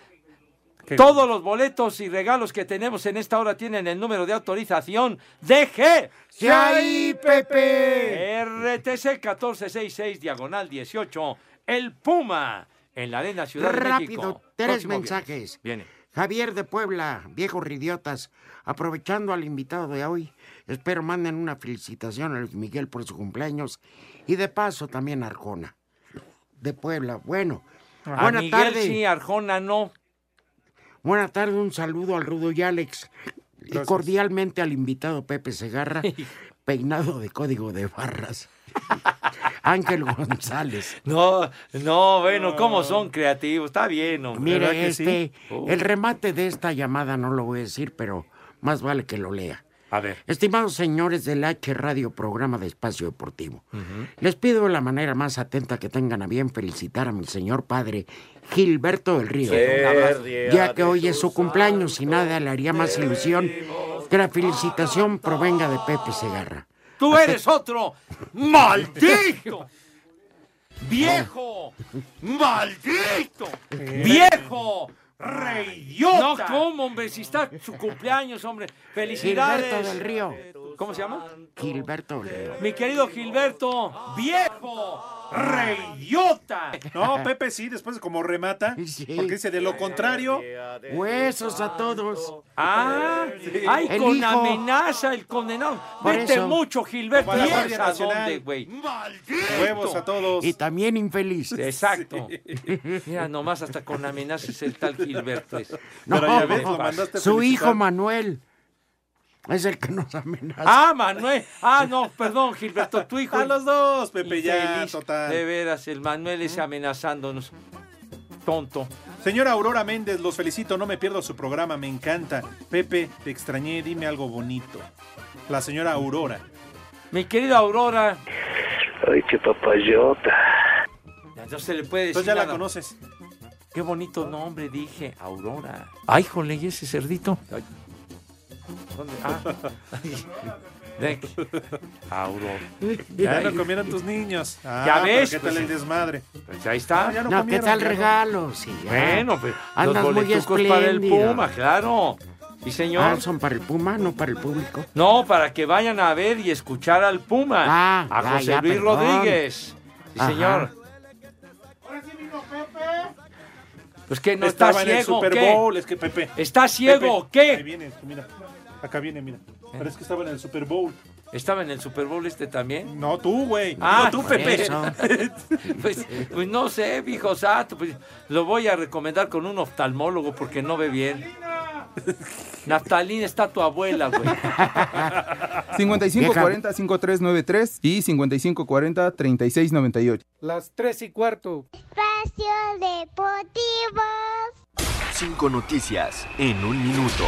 Que- Todos los boletos y regalos que tenemos en esta hora tienen el número de autorización de G. ¡Sí hay, Pepe! RTC 1466 diagonal 18, el Puma, en la Arena Ciudad de México. Rápido, tres Próximo viernes. mensajes. Viene. Javier de Puebla, viejos idiotas, aprovechando al invitado de hoy, espero manden una felicitación a Luis Miguel por su cumpleaños y de paso también a Arjona de Puebla. Bueno, A buena Miguel tarde. sí, Arjona no. Buena tarde, un saludo al Rudo y Alex. Y Gracias. cordialmente al invitado Pepe Segarra, peinado de código de barras. Ángel González. No, no, bueno, ¿cómo son creativos? Está bien, hombre. ¿Verdad Mire, que sí? este, Oh. el remate de esta llamada no lo voy a decir, pero más vale que lo lea. A ver. Estimados señores del H Radio Programa de Espacio Deportivo, les pido de la manera más atenta que tengan a bien felicitar a mi señor padre Gilberto del Río, ya que hoy es su cumpleaños y nada le haría más ilusión que la felicitación provenga de Pepe Segarra. Tú eres otro maldito. Viejo, maldito, viejo, reidiota. No, Eh. ¿cómo, hombre? Si está su cumpleaños, hombre. Felicidades. Gilberto del Río. ¿Cómo se llama? Gilberto del Río. Mi querido Gilberto, viejo, ¡Reyota! No, Pepe sí, después como remata. Porque dice, de lo contrario. Huesos a todos. Ah, ay, El con hijo. amenaza el condenado. Por Vete eso. mucho, Gilberto. Para la ¿sabes Guardia a Nacional. dónde, güey? Huevos a todos. Y también infeliz. Exacto. Mira, nomás hasta con amenazas el tal pues. Gilberto. es. No, pues, su hijo felicitar. Manuel es el que nos amenaza. Ah, Manuel. Ah, no, perdón, Gilberto, tu hijo. A los dos, Pepe, ya, total. ¿Mm? De veras, el Manuel es amenazándonos. Tonto. Señora Aurora Méndez, los felicito, no me pierdo su programa, me encanta. Pepe, te extrañé, dime algo bonito. La señora Aurora. Mi querida Aurora. Ay, qué papayota. Ya no se le puede decir. Entonces Pues ya la nada. conoces. Qué bonito nombre, dije, Aurora. Ay, jole, ¿y ese cerdito? Ay. ¿Dónde? Ah. Ay. Aurora. Ya Ay. lo comieron tus niños. Ah, Ya pero ves, ¿Qué pues, tal el desmadre? Ah, Pues ahí está. ya no, comieron, ¿qué tal ya no. regalo? Sí, ya. Ah, Bueno, pues Andas los muy boletucos para el espléndido. Puma, claro. Sí, señor. Ah, son para el Puma, no para el público. No, para que vayan a ver y escuchar al Puma. Ah, a ya, José ya, Luis perdón. Rodríguez. Sí, Ajá. señor. Pues que no Estaba está en el ciego. Super ¿qué? Bowl, es que Pepe. ¿Está ciego o Pepe, qué? Eh. Ahí viene, mira. Acá viene, mira. Pero es que estaba en el Super Bowl. ¿Estaba en el Super Bowl este también? No, tú, güey. Ah, no, tú, por Pepe. eso. pues, pues no sé, viejo santo. Pues, lo voy a recomendar con un oftalmólogo porque no ve bien. Naftalina está tu abuela, güey. 5540-5393 y 5540-3698. Las tres y cuarto. Espacio Deportivo. Cinco noticias en un minuto.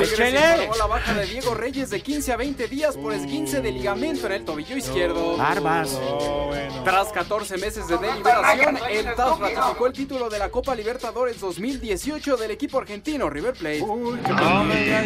¡Échele! la baja de Diego Reyes de 15 a 20 días por esguince de ligamento en el tobillo izquierdo. Barbas. Tras 14 meses de deliberación, el TAS ratificó el título de la Copa Libertadores 2018 del equipo argentino River Plate.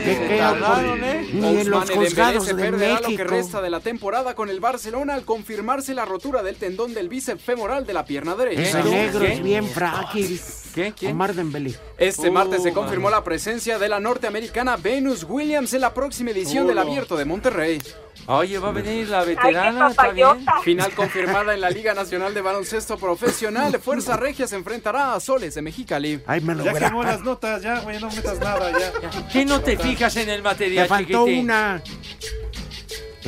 qué- qué- tardaron, ¿eh? Ni en los Ousmane Dembélé juzgados se de perderá lo que México. resta de la temporada con el Barcelona al confirmarse la rotura del tendón del bíceps femoral de la pierna derecha. Ese negro es bien frágil. ¿Qué? ¿Quién? Omar Dembélé. Este Uh, martes se confirmó mano. la presencia de la norteamericana Venus Williams en la próxima edición Oh. del Ulo. Abierto de Monterrey. Oye, va a venir la veterana, está bien. Final confirmada en la Liga Nacional de Baloncesto Profesional. Fuerza Regia se enfrentará a Soles de Mexicali. Ay, me lo Ya quemó las notas, ya, güey, no metas nada, ya. ¿Qué no te fijas en el material, Te faltó chiquitín? una.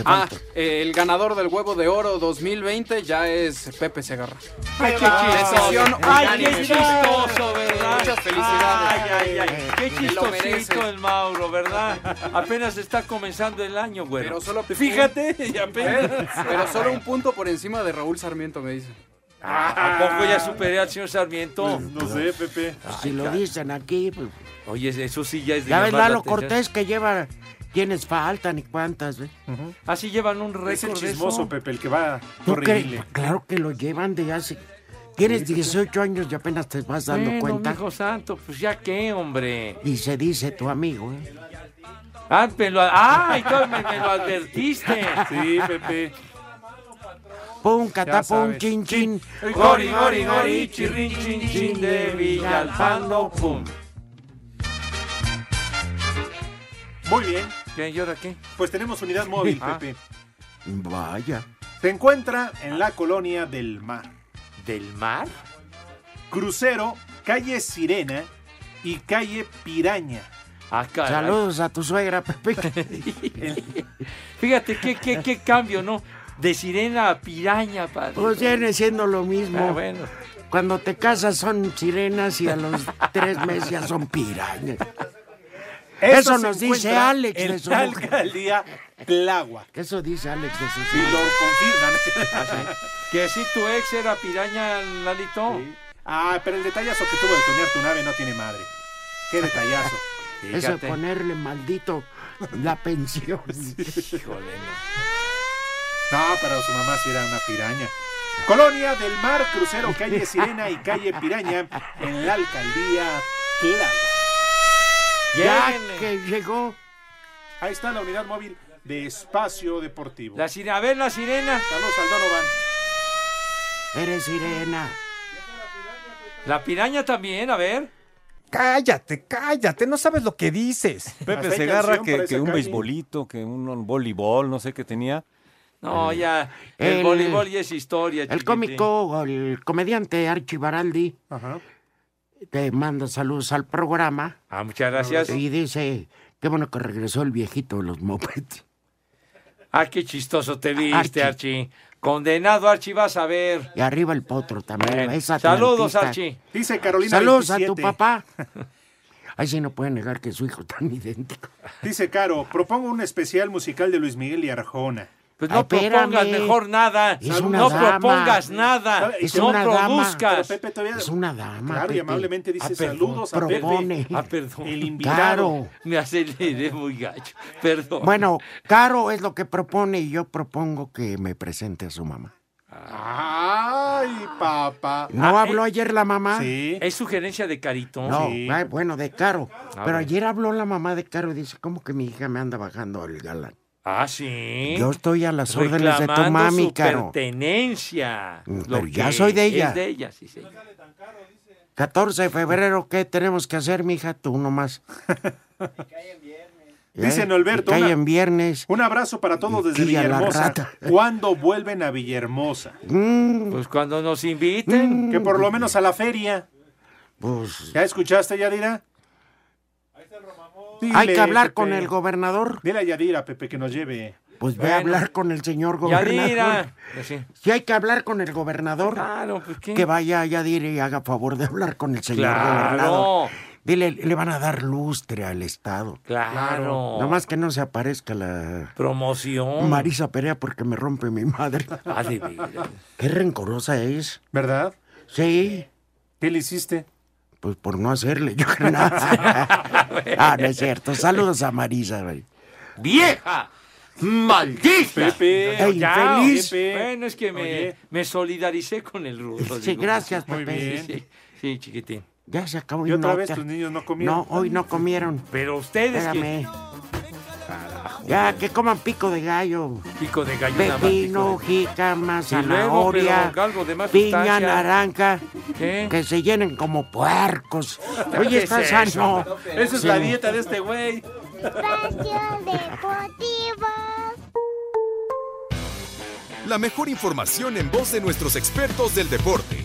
Ah, eh, el ganador del Huevo de Oro 2020 ya es Pepe Segarra. ¡Ay, qué Decisión chistoso! ¡Ay, qué unánime. chistoso, verdad! Muchas felicidades. ¡Ay, ay, ay! ¡Qué Te lo mereces. chistosito el Mauro, verdad! Apenas está comenzando el año, güey. Pero solo- Fíjate, y apenas... Pero solo un punto por encima de Raúl Sarmiento, me dice. Ah, ¿A poco ya superé al señor Sarmiento? ah. Pues No sé, Pepe. Si lo dicen aquí, pues. Oye, eso sí ya es de Ya ves, llamar la Lalo atención. Cortés que lleva quienes faltan y cuántas, ¿ve? Así Ah, llevan un récord Es el de chismoso, eso. Pepe, el que va a ¿Tú crees? corregirle. Claro que lo llevan de hace. Tienes 18 años y apenas te vas dando Bueno, cuenta. mijo santo, pues ya qué, hombre. Y se dice tu amigo, ¿eh? Ah, me lo, ah, y tú me, me lo advertiste. Sí, Pepe. Pum, Ya catapum, sabes. chin, chin. Gori, gori, gori, chirrin, chin, chin de Villalpando, pum. Muy bien, ¿Qué, ¿Y ahora qué? pues tenemos unidad móvil, Ah. Pepe. Vaya. Se encuentra en la colonia del mar. ¿Del mar? Crucero, calle Sirena y calle Piraña. Ah, caray. Saludos a tu suegra, Pepe. Fíjate qué, qué, qué cambio, ¿no? De sirena a piraña, padre. Pues viene siendo lo mismo. Ah, bueno. Cuando te casas son sirenas y a los tres meses ya son pirañas. Esto Eso se nos dice encuentra Alex en de su la mujer. alcaldía Tláhuac. Eso dice Alex de su Y lo mujer. Ah, confirman. Que si tu ex era piraña, Lalito. Ah, pero el detallazo que tuvo de tunear tu nave no tiene madre. Qué detallazo. Eso de Fíjate. ponerle maldito la pensión. Híjole, no. No, pero su mamá sí era una piraña. Colonia del Mar, crucero, calle Sirena y calle Piraña en la alcaldía Tláhuac. Ya Lléguenle. que llegó. Ahí está la unidad móvil de espacio deportivo. La sirena, a ver la sirena. Saludos al Donovan. Eres sirena. La piraña también, a ver. Cállate, cállate, no sabes lo que dices. Pepe se agarra que, que un beisbolito, que un, un voleibol, no sé qué tenía. No, ya. El, El- voleibol ya es historia. El chiquitín. cómico, el comediante Archie Baraldi te manda saludos al programa. Ah, muchas gracias. Y dice, qué bueno que regresó el viejito de los mopeds. Ah, qué chistoso te viste, Archie. Condenado, Archie, vas a ver. Y arriba el potro también. es Saludos, atlantista. Archie. Dice Carolina Saludos a tu 27. papá. Ahí sí no puede negar que su hijo tan idéntico. Dice Caro, propongo un especial musical de Luis Miguel y Arjona. Pues no propongas mejor nada. Es una no dama. propongas nada. Es no una dama. produzcas. Pero Pepe todavía- Es una dama. Claro, y Pepe. amablemente dice Ah, perdón, saludos a Pepe. propone. Ah, perdón. El invitado. Claro. Me aceleré muy gacho. Perdón. Bueno, Caro es lo que propone y yo propongo que me presente a su mamá. Ay, papá. ¿No habló ayer la mamá? Es sugerencia de Carito. No, ay, bueno, de Caro. Ah, Pero bueno. ayer habló la mamá de Caro y dice, ¿cómo que mi hija me anda bajando el galán? Ah, sí. Yo estoy a las órdenes de tu Reclamando mami, su Caro. pertenencia. Mm, Lo pero ya que soy de ella. Es de ella, sí, sí. 14 de febrero, ¿qué tenemos que hacer, mija? Tú nomás. Dice ¿Eh? Norberto, Que hay una- en viernes. Un abrazo para todos desde Quilla la Villahermosa. rata. ¿Cuándo vuelven a Villahermosa? Pues cuando nos inviten. Que por lo menos a la feria. Mm. Pues, ¿Ya escuchaste, Yadira? Dile, Hay que hablar Pepe. con el gobernador. Dile a Yadira, Pepe, que nos lleve. Pues ve a hablar con el señor Mm, gobernador. Yadira. Pues Si hay que hablar con el gobernador, Ah, que vaya a Yadir y haga favor de hablar con el señor Claro. gobernador. Dile, le van a dar lustre al Estado. Claro. Mm. Nomás que no se aparezca la Promoción. Marisa Perea porque me rompe mi madre. Ah, de veras. Qué rencorosa es. ¿Verdad? Sí. ¿Qué le hiciste? Pues por no hacerle, yo creo. ah, no es cierto. Saludos a Marisa. güey. ¡Vieja! ¡Maldita! Pepe, Ey, infeliz. Bueno, es que me, me solidaricé con el ruso. Sí, gracias, Muy Pepe. bien. Sí, sí, sí, chiquitín. Ya se acabó. ¿Y otra no, vez ya- tus niños no comieron? No, hoy no comieron. Pero ustedes que- Espérame. Ya, que coman pico de gallo. Pico de gallo nada más, Pepino, jícama, Y luego, pero zanahoria, algo de más piña, sustancia. naranja, ¿Qué? que se llenen como puercos. Oye, ¿Qué está es eso? sano. Esa es la Sí. dieta de este güey. La mejor información en voz de nuestros expertos del deporte.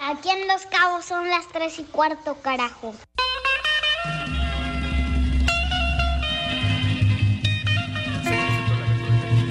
Aquí en Los Cabos son las 3 y cuarto, carajo.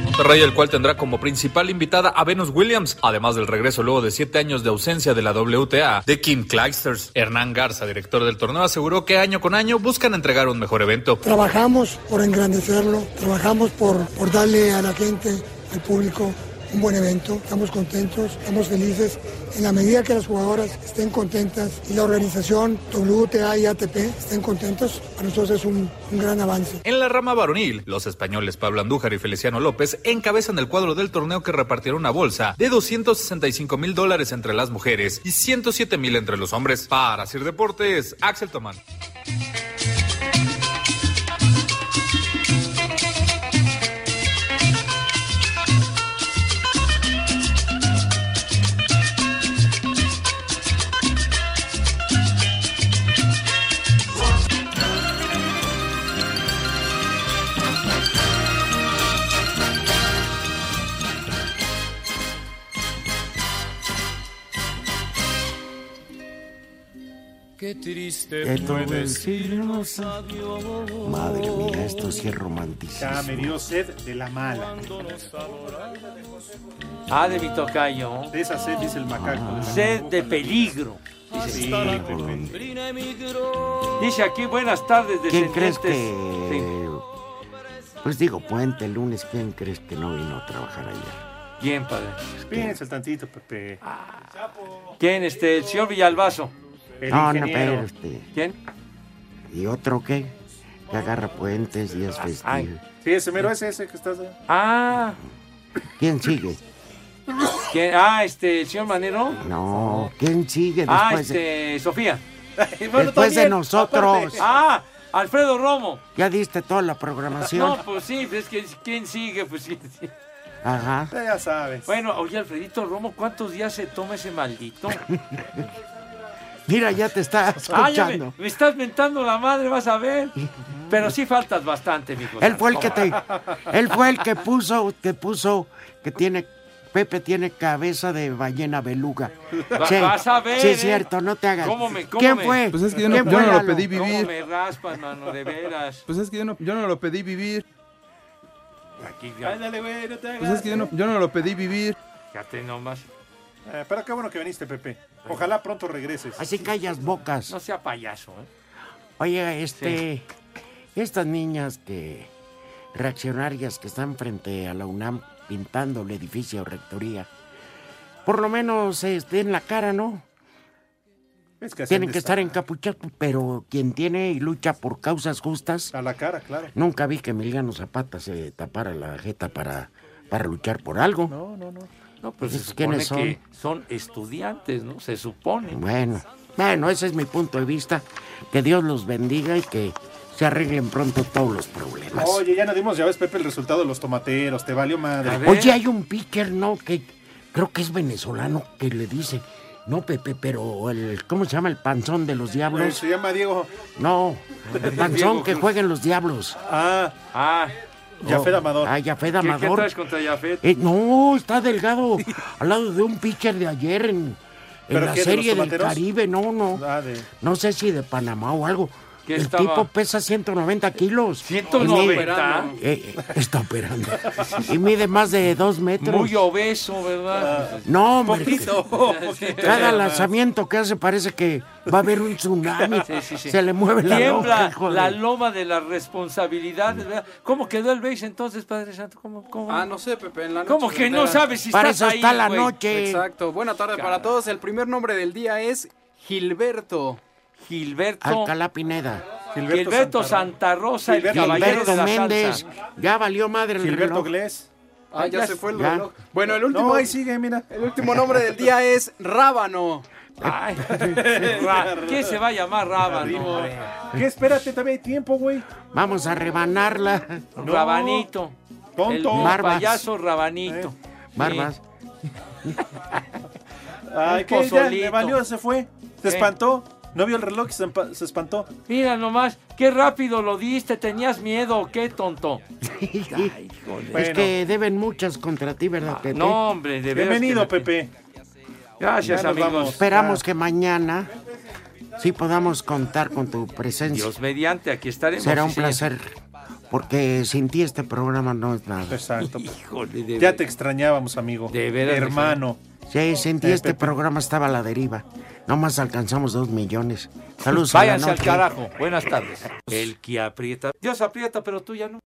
Monterrey, el cual tendrá como principal invitada a Venus Williams, además del regreso luego de siete años de ausencia de la WTA de Kim Clijsters. Hernán Garza, director del torneo, aseguró que año con año buscan entregar un mejor evento. Trabajamos por engrandecerlo, trabajamos por, por darle a la gente, al público, un buen evento. Estamos contentos, estamos felices. En la medida que las jugadoras estén contentas y la organización WTA y ATP estén contentos, para nosotros es un- un gran avance. En la rama varonil, los españoles Pablo Andújar y Feliciano López encabezan el cuadro del torneo que repartirá una bolsa de 265 mil dólares entre las mujeres y 107 mil entre los hombres. Para Sir Deportes, Axel Tomán. Qué triste Ya todo fue el decirnos adiós. Madre mía, esto sí es romanticismo. Ya me dio sed de la mala. Ah, de mi tocayo. De esa sed, dice el Ah. macaco. Sed de peligro. Dice, Sí, Dice aquí, buenas tardes, ¿Quién crees descendientes. Sí. que.? Pues digo, puente el lunes, ¿quién crees que no vino a trabajar ayer? ¿Quién, padre? Ah. Piensa el tantito, Pepe. ¿Quién? Este, el señor Villalbazo. El no, ingeniero. no, espérate. ¿Quién? ¿Y otro qué? Que agarra puentes, días festivos. Sí, ese mero ese, ese que estás. Ah, ¿Quién sigue? ¿quién? Ah, este, el señor Manero. No, ¿quién sigue después? Ah, de- este, Sofía. Después de nosotros. Ah, Alfredo Romo. Ya diste toda la No, programación. pues sí, es que ¿quién sigue? Pues sí. sí. Ajá. Ya sabes. Bueno, oye, Alfredito Romo, ¿cuántos días se toma ese maldito? Mira, ya te está Ah, ya me, escuchando. me estás mentando la madre, vas a ver. Pero sí faltas bastante, mijo. Él fue el que te, él fue el que puso, que puso, que tiene, Pepe tiene cabeza de ballena beluga. Va- vas a ver, Sí, ¿eh? es cierto, no te hagas. ¿Cómo me- cómo ¿Quién me- fue? Pues es que yo no- ¿Quién yo fue, no lo Lalo? pedí vivir. ¿Cómo me raspas, mano? De veras. Pues es que yo no, yo no lo pedí vivir. Aquí ya. Ándale, güey, no te hagas. Pues es que yo no, yo no lo pedí vivir. Fíjate nomás. Eh, pero qué bueno que viniste, Pepe. Ojalá pronto regreses. Así callas bocas. No sea payaso, ¿eh? Oye, este, estas niñas que reaccionarias que están frente a la UNAM pintando el edificio rectoría, por lo menos este, en la cara, ¿no? Es que así han Tienen de que estar encapuchados, pero quien tiene y lucha por causas justas. A la cara, claro. Nunca vi que Emiliano Zapata se tapara la jeta para, para luchar por algo. No, no, no. No, pero se Pues, supone ¿quiénes que son estudiantes, ¿no? Se supone. Bueno, bueno, ese es mi punto de vista. Que Dios los bendiga y que se arreglen pronto todos los problemas. Oye, ya nos dimos, ya ves, Pepe, el resultado de los tomateros. Te valió madre. Oye, hay un picker, ¿no? Que creo que es venezolano que le dice, no, Pepe, pero el, ¿cómo se llama? El panzón de los Eh, pues. diablos. Se llama Diego. No, el panzón Diego que Cruz. jueguen los diablos. Ah, ah. Yafet Amador. Ah, Yafet ¿Qué, Amador. qué traes contra Jafet? Eh, no, está delgado. al lado de un pitcher de ayer en, en ¿Pero la qué, de los serie del tomateros? Caribe. No, no. Ah, de- No sé si de Panamá o algo. ¿Qué El estaba? Eh, tipo pesa 190 kilos. ¿190? Y mide- Eh, eh, está operando. y mide más de dos metros. Muy obeso, ¿verdad? Pues, este, No, hombre. poquito. Cada lanzamiento que hace parece que va a haber un tsunami. Sí, sí, sí. Se le mueve la Tiembla boca, hijo de- la loma de las responsabilidades, ¿verdad? ¿Cómo quedó el base entonces, Padre Santo? ¿Cómo, cómo? Ah, no sé, Pepe, en la noche. ¿Cómo que no era- sabes si Para estás eso está ahí, la güey? noche. Exacto. Buena tarde para todos. El primer nombre del día es Gilberto. Gilberto. Alcalá Pineda. Gilberto, Santa Rosa, el Gilberto, caballero de la Méndez. salsa. Ya valió madre el Gilberto reloj. Glés. Ah, ya se fue el Ya. reloj. Bueno, el último. No, ahí sigue, mira. El último nombre del día es Rábano. Ay, ¿Quién se va a llamar Rábano? ¿Qué? Espérate, todavía hay tiempo, güey. Vamos a rebanarla. Rabanito. Tonto. El Barbas. payaso Rabanito. Eh. Barbas. Ay, Un ¿qué? Ya, le pozolito. valió, se fue. Se Sí. espantó. No vio el reloj y se, empa- se espantó. Mira nomás, qué rápido lo diste, tenías miedo, o qué tonto. Ay, híjole. Es que deben muchas contra ti, ¿verdad, Pepe? Ah, No, hombre, de veras Bienvenido, que- Pepe. Gracias, Ya nos amigos. vamos. Esperamos que mañana sí podamos contar con tu presencia. Dios mediante, aquí estaremos. Será sí, un señor. placer, porque sin ti este programa no es nada. Exacto. Híjole, de Ya veras. te extrañábamos, amigo. De veras, Hermano. Sí, sin ti Eh, este Pepe. programa estaba a la deriva. Nomás alcanzamos dos millones. Saludos a la Váyanse al noche. carajo. Buenas tardes. El que aprieta. Dios aprieta, pero tú ya no.